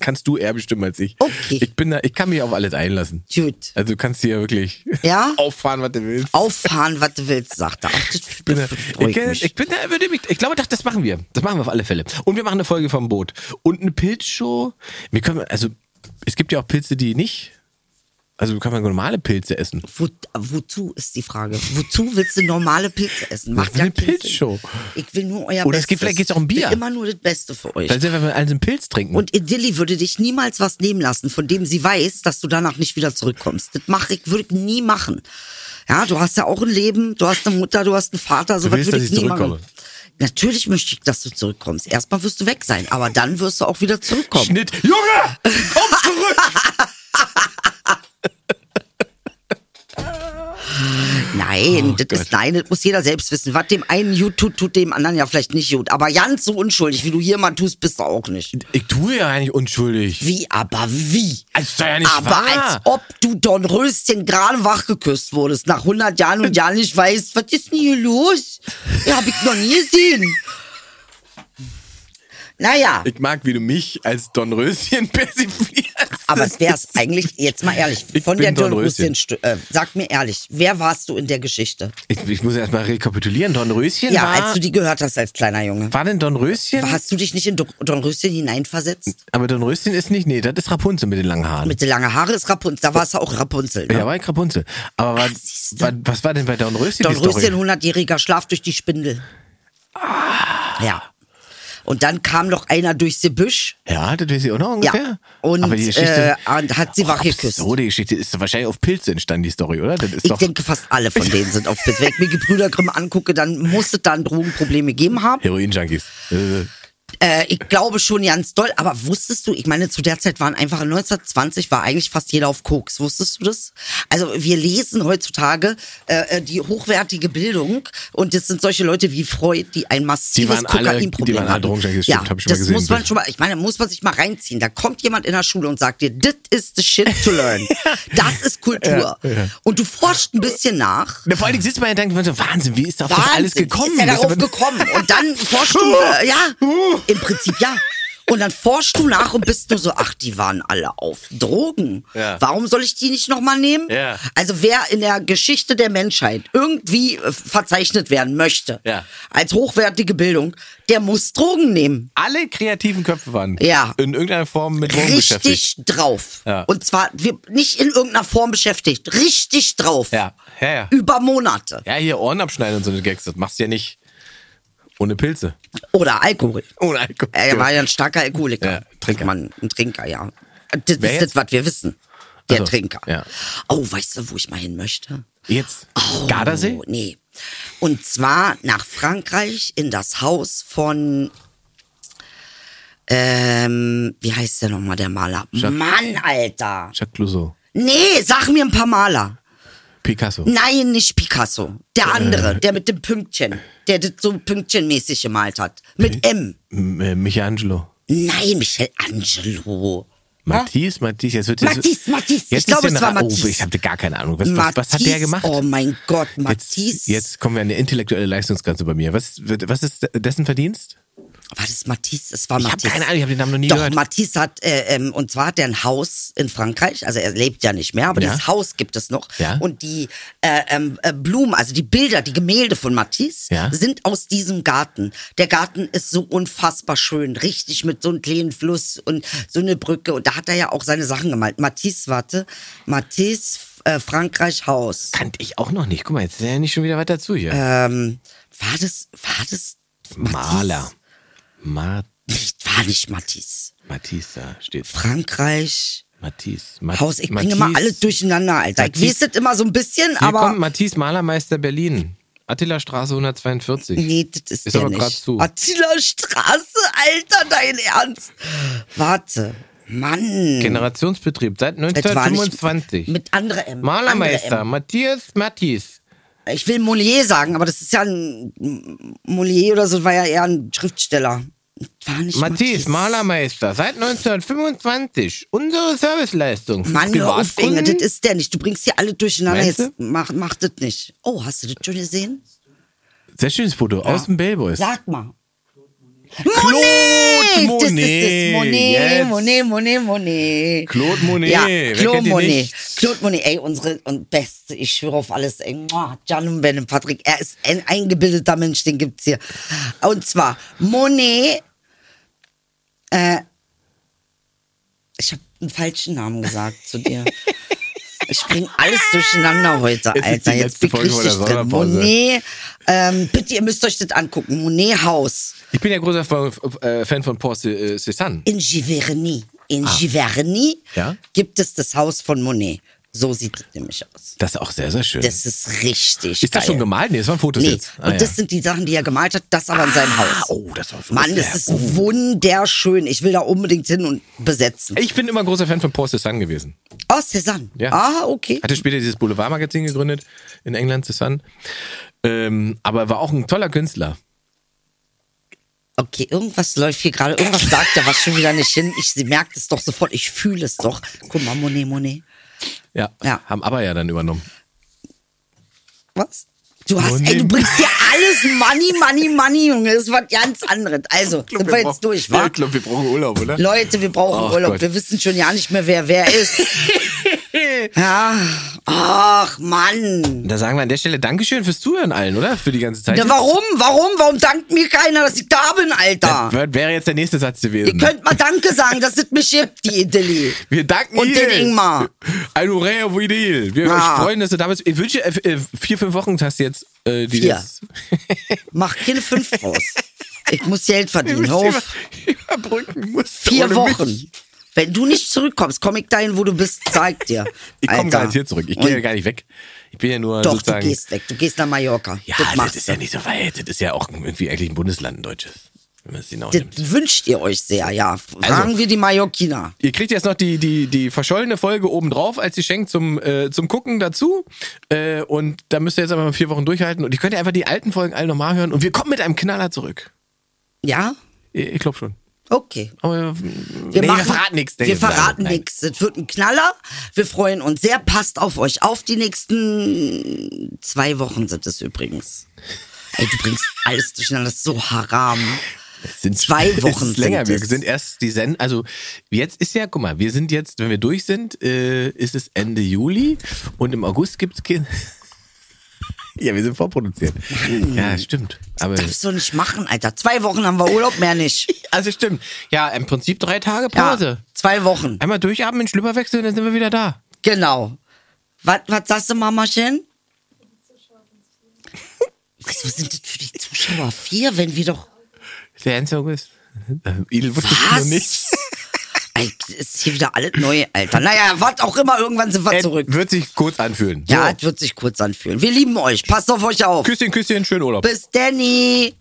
[SPEAKER 3] kannst du eher bestimmen als ich.
[SPEAKER 4] Okay.
[SPEAKER 3] Ich bin da, ich kann mich auf alles einlassen.
[SPEAKER 4] Gut.
[SPEAKER 3] Also du kannst hier wirklich
[SPEAKER 4] Ja?
[SPEAKER 3] auffahren, was du willst.
[SPEAKER 4] Auffahren, was du willst, sagt er. Ach, das,
[SPEAKER 3] Ich bin da,
[SPEAKER 4] das freut
[SPEAKER 3] ich, kenn-
[SPEAKER 4] mich.
[SPEAKER 3] ich bin da, würde mich, ich glaube, das, das machen wir. Das machen wir auf alle Fälle. Und wir machen eine Folge vom Boot. Und eine Pilzshow. Wir können, also, es gibt ja auch Pilze, die nicht, also, kann man normale Pilze essen.
[SPEAKER 4] Wo, wozu ist die Frage? Wozu willst du normale Pilze essen? Macht
[SPEAKER 3] will
[SPEAKER 4] ja
[SPEAKER 3] eine
[SPEAKER 4] keinen Sinn.
[SPEAKER 3] Pilzshow.
[SPEAKER 4] Ich will nur euer
[SPEAKER 3] Oder es
[SPEAKER 4] Bestes.
[SPEAKER 3] gibt- vielleicht geht's auch um
[SPEAKER 4] Ich will
[SPEAKER 3] Bier.
[SPEAKER 4] Immer nur das Beste für euch.
[SPEAKER 3] Dann sind wir mal einen Pilz trinken.
[SPEAKER 4] Und Idilli würde dich niemals was nehmen lassen, von dem sie weiß, dass du danach nicht wieder zurückkommst. Das mache ich, würde ich nie machen. Ja, du hast ja auch ein Leben, du hast eine Mutter, du hast einen Vater, sowas
[SPEAKER 3] willst,
[SPEAKER 4] würde
[SPEAKER 3] dass
[SPEAKER 4] ich
[SPEAKER 3] ich
[SPEAKER 4] nie machen.
[SPEAKER 3] zurückkomme?
[SPEAKER 4] Natürlich möchte ich, dass du zurückkommst. Erstmal wirst du weg sein, aber dann wirst du auch wieder zurückkommen.
[SPEAKER 3] Schnitt. Junge! Komm zurück!
[SPEAKER 4] Nein, das
[SPEAKER 3] Oh Gott.
[SPEAKER 4] ist, nein, das muss jeder selbst wissen. Was dem einen gut tut, tut dem anderen ja vielleicht nicht gut. Aber ganz so unschuldig, wie du hier mal tust, bist du auch nicht.
[SPEAKER 3] ich tue ja eigentlich unschuldig.
[SPEAKER 4] Wie, aber wie?
[SPEAKER 3] Das ist doch ja nicht
[SPEAKER 4] aber
[SPEAKER 3] wahr.
[SPEAKER 4] als ob du Don Röschen gerade wach geküsst wurdest, nach 100 Jahren und ja nicht weißt, was ist denn hier los? Ja, hab ich noch nie gesehen. Naja,
[SPEAKER 3] Ich mag, wie du mich als Dornröschen persiflierst.
[SPEAKER 4] aber es wär's eigentlich, jetzt mal ehrlich,
[SPEAKER 3] Ich
[SPEAKER 4] von
[SPEAKER 3] bin
[SPEAKER 4] der
[SPEAKER 3] Don
[SPEAKER 4] Don Röschen,
[SPEAKER 3] Röschen.
[SPEAKER 4] äh, sag mir ehrlich, wer warst du in der Geschichte?
[SPEAKER 3] Ich, ich muss erstmal rekapitulieren. Dornröschen
[SPEAKER 4] Ja,
[SPEAKER 3] war,
[SPEAKER 4] als du die gehört hast als kleiner Junge.
[SPEAKER 3] war denn Dornröschen?
[SPEAKER 4] Hast du dich nicht in Do- Dornröschen hineinversetzt?
[SPEAKER 3] Aber Dornröschen ist nicht, nee, das ist Rapunzel mit den langen Haaren.
[SPEAKER 4] Mit den langen Haare ist Rapunzel, da war es ja auch Rapunzel. Ne?
[SPEAKER 3] ja, war ich Rapunzel. Aber war,
[SPEAKER 4] siehste.
[SPEAKER 3] war, was war denn bei Dornröschen die
[SPEAKER 4] Dornröschen,
[SPEAKER 3] Story?
[SPEAKER 4] 100-jähriger Schlaf durch die Spindel.
[SPEAKER 3] Ah.
[SPEAKER 4] Ja. Und dann kam noch einer durchs Gebüsch.
[SPEAKER 3] Ja, das weiß ich auch noch ungefähr.
[SPEAKER 4] Und,
[SPEAKER 3] Aber die
[SPEAKER 4] äh,
[SPEAKER 3] Geschichte, Oh,
[SPEAKER 4] und hat sie wach geküsst.
[SPEAKER 3] So, die Geschichte ist wahrscheinlich auf Pilze entstanden, die Story, oder? Das ist
[SPEAKER 4] Ich
[SPEAKER 3] doch
[SPEAKER 4] denke, fast alle von denen sind auf Pilz. Wenn ich mir die Brüder Grimm angucke, dann muss es dann Drogenprobleme gegeben haben.
[SPEAKER 3] Heroin-Junkies. Äh,
[SPEAKER 4] Äh, ich glaube schon ganz doll, aber wusstest du, ich meine, zu der Zeit waren einfach 1920 war eigentlich fast jeder auf Koks. Wusstest du das? Also wir lesen heutzutage äh, äh, die hochwertige Bildung und das sind solche Leute wie Freud, die ein massives
[SPEAKER 3] waren alle- die
[SPEAKER 4] Kokainproblem
[SPEAKER 3] waren alle
[SPEAKER 4] hatten.
[SPEAKER 3] Drogenjunkies,
[SPEAKER 4] ja,
[SPEAKER 3] stimmt, hab ich mal
[SPEAKER 4] das
[SPEAKER 3] gesehen,
[SPEAKER 4] muss man
[SPEAKER 3] Bild.
[SPEAKER 4] schon mal, ich meine, muss man sich mal reinziehen. Da kommt jemand in der Schule und sagt dir, das ist the shit to learn. das ist Kultur. Und du forschst ein bisschen nach.
[SPEAKER 3] Na, vor allen Dingen sitzt man ja und denkt, man so, Wahnsinn, wie ist da auf das
[SPEAKER 4] Wahnsinn,
[SPEAKER 3] alles gekommen?
[SPEAKER 4] Ist ja
[SPEAKER 3] Das ist
[SPEAKER 4] darauf
[SPEAKER 3] aber-
[SPEAKER 4] gekommen. Und dann forschst du, äh, ja, im Prinzip ja. Und dann forschst du nach und bist du so, ach, die waren alle auf Drogen.
[SPEAKER 3] Ja.
[SPEAKER 4] Warum soll ich die nicht nochmal nehmen?
[SPEAKER 3] Ja.
[SPEAKER 4] Also wer in der Geschichte der Menschheit irgendwie äh, verzeichnet werden möchte,
[SPEAKER 3] Ja.
[SPEAKER 4] als hochwertige Bildung, der muss Drogen nehmen.
[SPEAKER 3] Alle kreativen Köpfe waren
[SPEAKER 4] Ja.
[SPEAKER 3] in irgendeiner Form mit Drogen beschäftigt.
[SPEAKER 4] Richtig drauf.
[SPEAKER 3] Ja.
[SPEAKER 4] Und zwar wir, nicht in irgendeiner Form beschäftigt. Richtig drauf.
[SPEAKER 3] Ja, ja, ja.
[SPEAKER 4] Über Monate.
[SPEAKER 3] Ja, hier Ohren abschneiden und so eine Gags, das machst du ja nicht ohne Pilze.
[SPEAKER 4] Oder Alkohol.
[SPEAKER 3] Ohne Alkohol.
[SPEAKER 4] Er war ja ein starker Alkoholiker.
[SPEAKER 3] Genau. Ja, Trinker.
[SPEAKER 4] Mann, ein Trinker, ja. Das
[SPEAKER 3] Wer
[SPEAKER 4] ist
[SPEAKER 3] jetzt?
[SPEAKER 4] das, was wir wissen. Der
[SPEAKER 3] Also,
[SPEAKER 4] Trinker.
[SPEAKER 3] ja.
[SPEAKER 4] Oh, weißt du, wo ich mal hin möchte?
[SPEAKER 3] Jetzt. Gardasee?
[SPEAKER 4] Oh, nee. Und zwar nach Frankreich in das Haus von. Ähm, wie heißt der nochmal, der Maler? Mann, Alter!
[SPEAKER 3] Jacques Clouseau.
[SPEAKER 4] Nee, sag mir ein paar Maler.
[SPEAKER 3] Picasso.
[SPEAKER 4] Nein, nicht Picasso.
[SPEAKER 3] Äh.
[SPEAKER 4] Der andere, der mit dem Pünktchen. Der das so Pünktchenmäßig gemalt hat. Mit M.
[SPEAKER 3] M- äh, Michelangelo.
[SPEAKER 4] Nein, Michelangelo.
[SPEAKER 3] Matisse, Matisse, jetzt wird jetzt-
[SPEAKER 4] Matisse, Matisse. Ich
[SPEAKER 3] Jetzt
[SPEAKER 4] glaube,
[SPEAKER 3] ist
[SPEAKER 4] es
[SPEAKER 3] der
[SPEAKER 4] war
[SPEAKER 3] nach-
[SPEAKER 4] Matisse.
[SPEAKER 3] Oh, ich hatte gar keine Ahnung. Was, was, was hat der
[SPEAKER 4] Matisse,
[SPEAKER 3] gemacht?
[SPEAKER 4] Oh mein Gott,
[SPEAKER 3] jetzt,
[SPEAKER 4] Matisse.
[SPEAKER 3] jetzt kommen wir an eine intellektuelle Leistungsgrenze bei mir. Was, was ist dessen Verdienst?
[SPEAKER 4] War das Matisse? Es war
[SPEAKER 3] Ich hab
[SPEAKER 4] Matisse.
[SPEAKER 3] keine Ahnung, ich hab den Namen noch nie
[SPEAKER 4] Doch,
[SPEAKER 3] gehört.
[SPEAKER 4] Matisse hat, äh, ähm, und zwar hat er ein Haus in Frankreich, also er lebt ja nicht mehr, aber
[SPEAKER 3] Ja.
[SPEAKER 4] dieses Haus gibt es noch.
[SPEAKER 3] Ja.
[SPEAKER 4] Und die äh, ähm, äh, Blumen, also die Bilder, die Gemälde von Matisse
[SPEAKER 3] Ja.
[SPEAKER 4] sind aus diesem Garten. Der Garten ist so unfassbar schön, richtig mit so einem kleinen Fluss und so eine Brücke. Und da hat er ja auch seine Sachen gemalt. Matisse, warte, Matisse, äh, Frankreich Haus.
[SPEAKER 3] Kannte ich auch noch nicht. Guck mal, jetzt ist er ja nicht schon wieder weiter zu hier.
[SPEAKER 4] Ähm, war das, war das Matisse?
[SPEAKER 3] Maler. Ma
[SPEAKER 4] Nicht, war nicht Matisse.
[SPEAKER 3] Matisse, da steht.
[SPEAKER 4] Frankreich,
[SPEAKER 3] Matisse. Ma
[SPEAKER 4] Haus, ich bringe mal alles durcheinander, Alter. Ich weiß
[SPEAKER 3] Matisse.
[SPEAKER 4] das immer so ein bisschen,
[SPEAKER 3] Hier
[SPEAKER 4] aber.
[SPEAKER 3] kommt Matisse, Malermeister Berlin. Attila Straße 142.
[SPEAKER 4] Nee, das ist,
[SPEAKER 3] Ist
[SPEAKER 4] der
[SPEAKER 3] aber grad
[SPEAKER 4] nicht.
[SPEAKER 3] zu.
[SPEAKER 4] Attila Straße, Alter, dein Ernst. Warte. Mann.
[SPEAKER 3] Genau. Generationsbetrieb seit
[SPEAKER 4] Das war nicht-
[SPEAKER 3] 1925.
[SPEAKER 4] Mit anderer M.
[SPEAKER 3] Malermeister
[SPEAKER 4] Andere
[SPEAKER 3] Matthias Matthies.
[SPEAKER 4] M. Ich will Molière sagen, aber das ist ja ein Molière oder so, war ja eher ein Schriftsteller. Das War nicht
[SPEAKER 3] Matthias
[SPEAKER 4] Matisse.
[SPEAKER 3] Malermeister seit 1925. Unsere Serviceleistung. für
[SPEAKER 4] Mann, hör auf, Inge,
[SPEAKER 3] Privatkunden.
[SPEAKER 4] das ist der nicht. Du bringst hier alle durcheinander.
[SPEAKER 3] Meinst
[SPEAKER 4] Jetzt mach, mach das nicht. Oh, hast du das schon gesehen?
[SPEAKER 3] Sehr schönes Foto aus dem Bellboys.
[SPEAKER 4] Sag mal.
[SPEAKER 3] Claude
[SPEAKER 4] Monet! Das ist
[SPEAKER 3] Monet,
[SPEAKER 4] es. Monet,
[SPEAKER 3] yes.
[SPEAKER 4] Monet, Monet, Monet.
[SPEAKER 3] Claude Monet.
[SPEAKER 4] Ja,
[SPEAKER 3] wer
[SPEAKER 4] Claude
[SPEAKER 3] kennt ihn
[SPEAKER 4] Monet.
[SPEAKER 3] nicht?
[SPEAKER 4] Claude Monet, ey, unsere und beste, ich schwöre auf alles, ey. Mua, Jan und Ben und Patrick, er ist ein eingebildeter Mensch, den gibt's hier. Und zwar Monet, äh, ich habe einen falschen Namen gesagt zu dir. Ich bring alles durcheinander heute,
[SPEAKER 3] Es ist
[SPEAKER 4] Alter.
[SPEAKER 3] die
[SPEAKER 4] Jetzt
[SPEAKER 3] letzte
[SPEAKER 4] bin
[SPEAKER 3] Folge
[SPEAKER 4] ich
[SPEAKER 3] vor der
[SPEAKER 4] richtig drin.
[SPEAKER 3] Sommerpause.
[SPEAKER 4] Monet, ähm, bitte, ihr müsst euch das angucken. Monet Haus.
[SPEAKER 3] Ich bin ja großer Fan- äh, Fan von Paul C- äh, Cézanne.
[SPEAKER 4] In Giverny. In Giverny
[SPEAKER 3] Ah. Ja?
[SPEAKER 4] gibt es das Haus von Monet. So sieht es nämlich aus.
[SPEAKER 3] Das ist auch sehr, sehr schön.
[SPEAKER 4] Das ist richtig.
[SPEAKER 3] ist das
[SPEAKER 4] geil.
[SPEAKER 3] schon gemalt? Nee, das waren Fotos
[SPEAKER 4] Nee,
[SPEAKER 3] jetzt. Ah,
[SPEAKER 4] und
[SPEAKER 3] ja.
[SPEAKER 4] das sind die Sachen, die er gemalt hat, das aber in seinem Haus.
[SPEAKER 3] oh, das war
[SPEAKER 4] Mann, das ist wunderschön. Ich will da unbedingt hin und besetzen.
[SPEAKER 3] Ich bin immer großer Fan von Paul Cézanne gewesen.
[SPEAKER 4] Oh, Cézanne.
[SPEAKER 3] Ja.
[SPEAKER 4] Ah, okay.
[SPEAKER 3] Hatte später dieses Boulevardmagazin gegründet in England, Cézanne. Ähm, aber war auch ein toller Künstler.
[SPEAKER 4] Okay, irgendwas läuft hier gerade. Irgendwas sagt er, was schon wieder nicht hin. Ich, sie merkt es doch sofort. Ich fühle es doch. Guck mal, Monet, Monet.
[SPEAKER 3] Ja,
[SPEAKER 4] Ja.
[SPEAKER 3] haben aber ja dann übernommen.
[SPEAKER 4] Was? Du hast, ey,
[SPEAKER 3] Monet.
[SPEAKER 4] du bringst dir alles Money, Money, Money, Junge. Das ist was ganz anderes. Also, sind wir jetzt durch, wa?
[SPEAKER 3] Ich glaube, wir brauchen Urlaub, oder?
[SPEAKER 4] Leute, wir brauchen
[SPEAKER 3] Ach
[SPEAKER 4] Urlaub.
[SPEAKER 3] Gott.
[SPEAKER 4] Wir wissen schon ja nicht mehr, wer wer ist. ja. Ach, Mann.
[SPEAKER 3] Da sagen wir an der Stelle Dankeschön fürs Zuhören allen, oder? Für die ganze Zeit.
[SPEAKER 4] Ja, warum? Warum? Warum dankt mir keiner, dass ich da bin, Alter?
[SPEAKER 3] Das wär- wäre jetzt der nächste Satz
[SPEAKER 4] Ihr
[SPEAKER 3] gewesen.
[SPEAKER 4] könnt mal Danke sagen, dass es mich gibt, die Idee.
[SPEAKER 3] wir danken
[SPEAKER 4] Und
[SPEAKER 3] Ihnen.
[SPEAKER 4] den Ingmar.
[SPEAKER 3] Ein Hurray auf Idee. Wir
[SPEAKER 4] Ja.
[SPEAKER 3] freuen, dass du damals. Ich wünsche, äh, äh, vier, fünf Wochen hast du jetzt. Äh, die
[SPEAKER 4] Vier.
[SPEAKER 3] Jetzt,
[SPEAKER 4] Mach keine fünf raus. Ich muss Geld verdienen. Hör auf.
[SPEAKER 3] Über, überbrücken musst. du
[SPEAKER 4] Vier
[SPEAKER 3] ohne mich.
[SPEAKER 4] Wochen. Wenn du nicht zurückkommst, komm ich dahin, wo du bist, zeig dir.
[SPEAKER 3] Ich komme
[SPEAKER 4] Alter.
[SPEAKER 3] garantiert zurück. Ich gehe ja gar nicht weg. Ich bin ja nur
[SPEAKER 4] Doch, du
[SPEAKER 3] sozusagen.
[SPEAKER 4] gehst weg. Du gehst nach Mallorca.
[SPEAKER 3] Also ja,
[SPEAKER 4] das
[SPEAKER 3] das,
[SPEAKER 4] machst
[SPEAKER 3] ist
[SPEAKER 4] du.
[SPEAKER 3] ja nicht so weit. Das ist ja auch irgendwie eigentlich ein Bundesland, ein deutsches. Wenn man es genau
[SPEAKER 4] Das
[SPEAKER 3] nimmt.
[SPEAKER 4] wünscht ihr euch sehr, ja.
[SPEAKER 3] Also
[SPEAKER 4] Fragen wir die Mallorquiner.
[SPEAKER 3] Ihr kriegt jetzt noch die, die, die verschollene Folge obendrauf als Geschenk zum, äh, zum Gucken dazu. Äh, und da müsst ihr jetzt einfach mal vier Wochen durchhalten. Und ihr könnt ja einfach die alten Folgen alle nochmal hören. Und wir kommen mit einem Knaller zurück.
[SPEAKER 4] Ja?
[SPEAKER 3] Ich, ich glaube schon.
[SPEAKER 4] Okay.
[SPEAKER 3] Aber
[SPEAKER 4] Wir,
[SPEAKER 3] nee,
[SPEAKER 4] machen,
[SPEAKER 3] wir verraten nichts.
[SPEAKER 4] Wir verraten nichts. Das wird ein Knaller. Wir freuen uns sehr. Passt auf euch auf. Die nächsten zwei Wochen sind es übrigens. Ey, du bringst alles durcheinander. Das ist so haram.
[SPEAKER 3] Sind
[SPEAKER 4] Zwei Wochen
[SPEAKER 3] ist länger.
[SPEAKER 4] sind
[SPEAKER 3] wir
[SPEAKER 4] es.
[SPEAKER 3] sind erst die Send. Also jetzt ist ja, guck mal, wir sind jetzt, wenn wir durch sind, äh, ist es Ende Juli und im August gibt's kein. ja, wir sind vorproduziert. Ja, stimmt. Aber
[SPEAKER 4] Darfst du nicht machen, Alter. Zwei Wochen haben wir Urlaub, mehr nicht.
[SPEAKER 3] also stimmt. Ja, im Prinzip drei Tage
[SPEAKER 4] Ja,
[SPEAKER 3] Pause.
[SPEAKER 4] zwei Wochen.
[SPEAKER 3] Einmal durchatmen, Schlüpper wechseln, dann sind wir wieder da.
[SPEAKER 4] Genau. Was, was sagst du, Mamachen? Wieso sind das für die Zuschauer vier, wenn wir doch.
[SPEAKER 3] Der Endzug ist. Idel wusste es noch
[SPEAKER 4] Was?
[SPEAKER 3] nicht.
[SPEAKER 4] Ey, das ist hier wieder alles neu, Alter. Naja, was auch immer, irgendwann sind wir
[SPEAKER 3] Es
[SPEAKER 4] zurück.
[SPEAKER 3] Wird sich kurz anfühlen. So.
[SPEAKER 4] Ja, es wird sich kurz anfühlen. Wir lieben euch. Passt auf euch auf.
[SPEAKER 3] Küsschen, Küsschen, schönen Urlaub.
[SPEAKER 4] Bis Danny.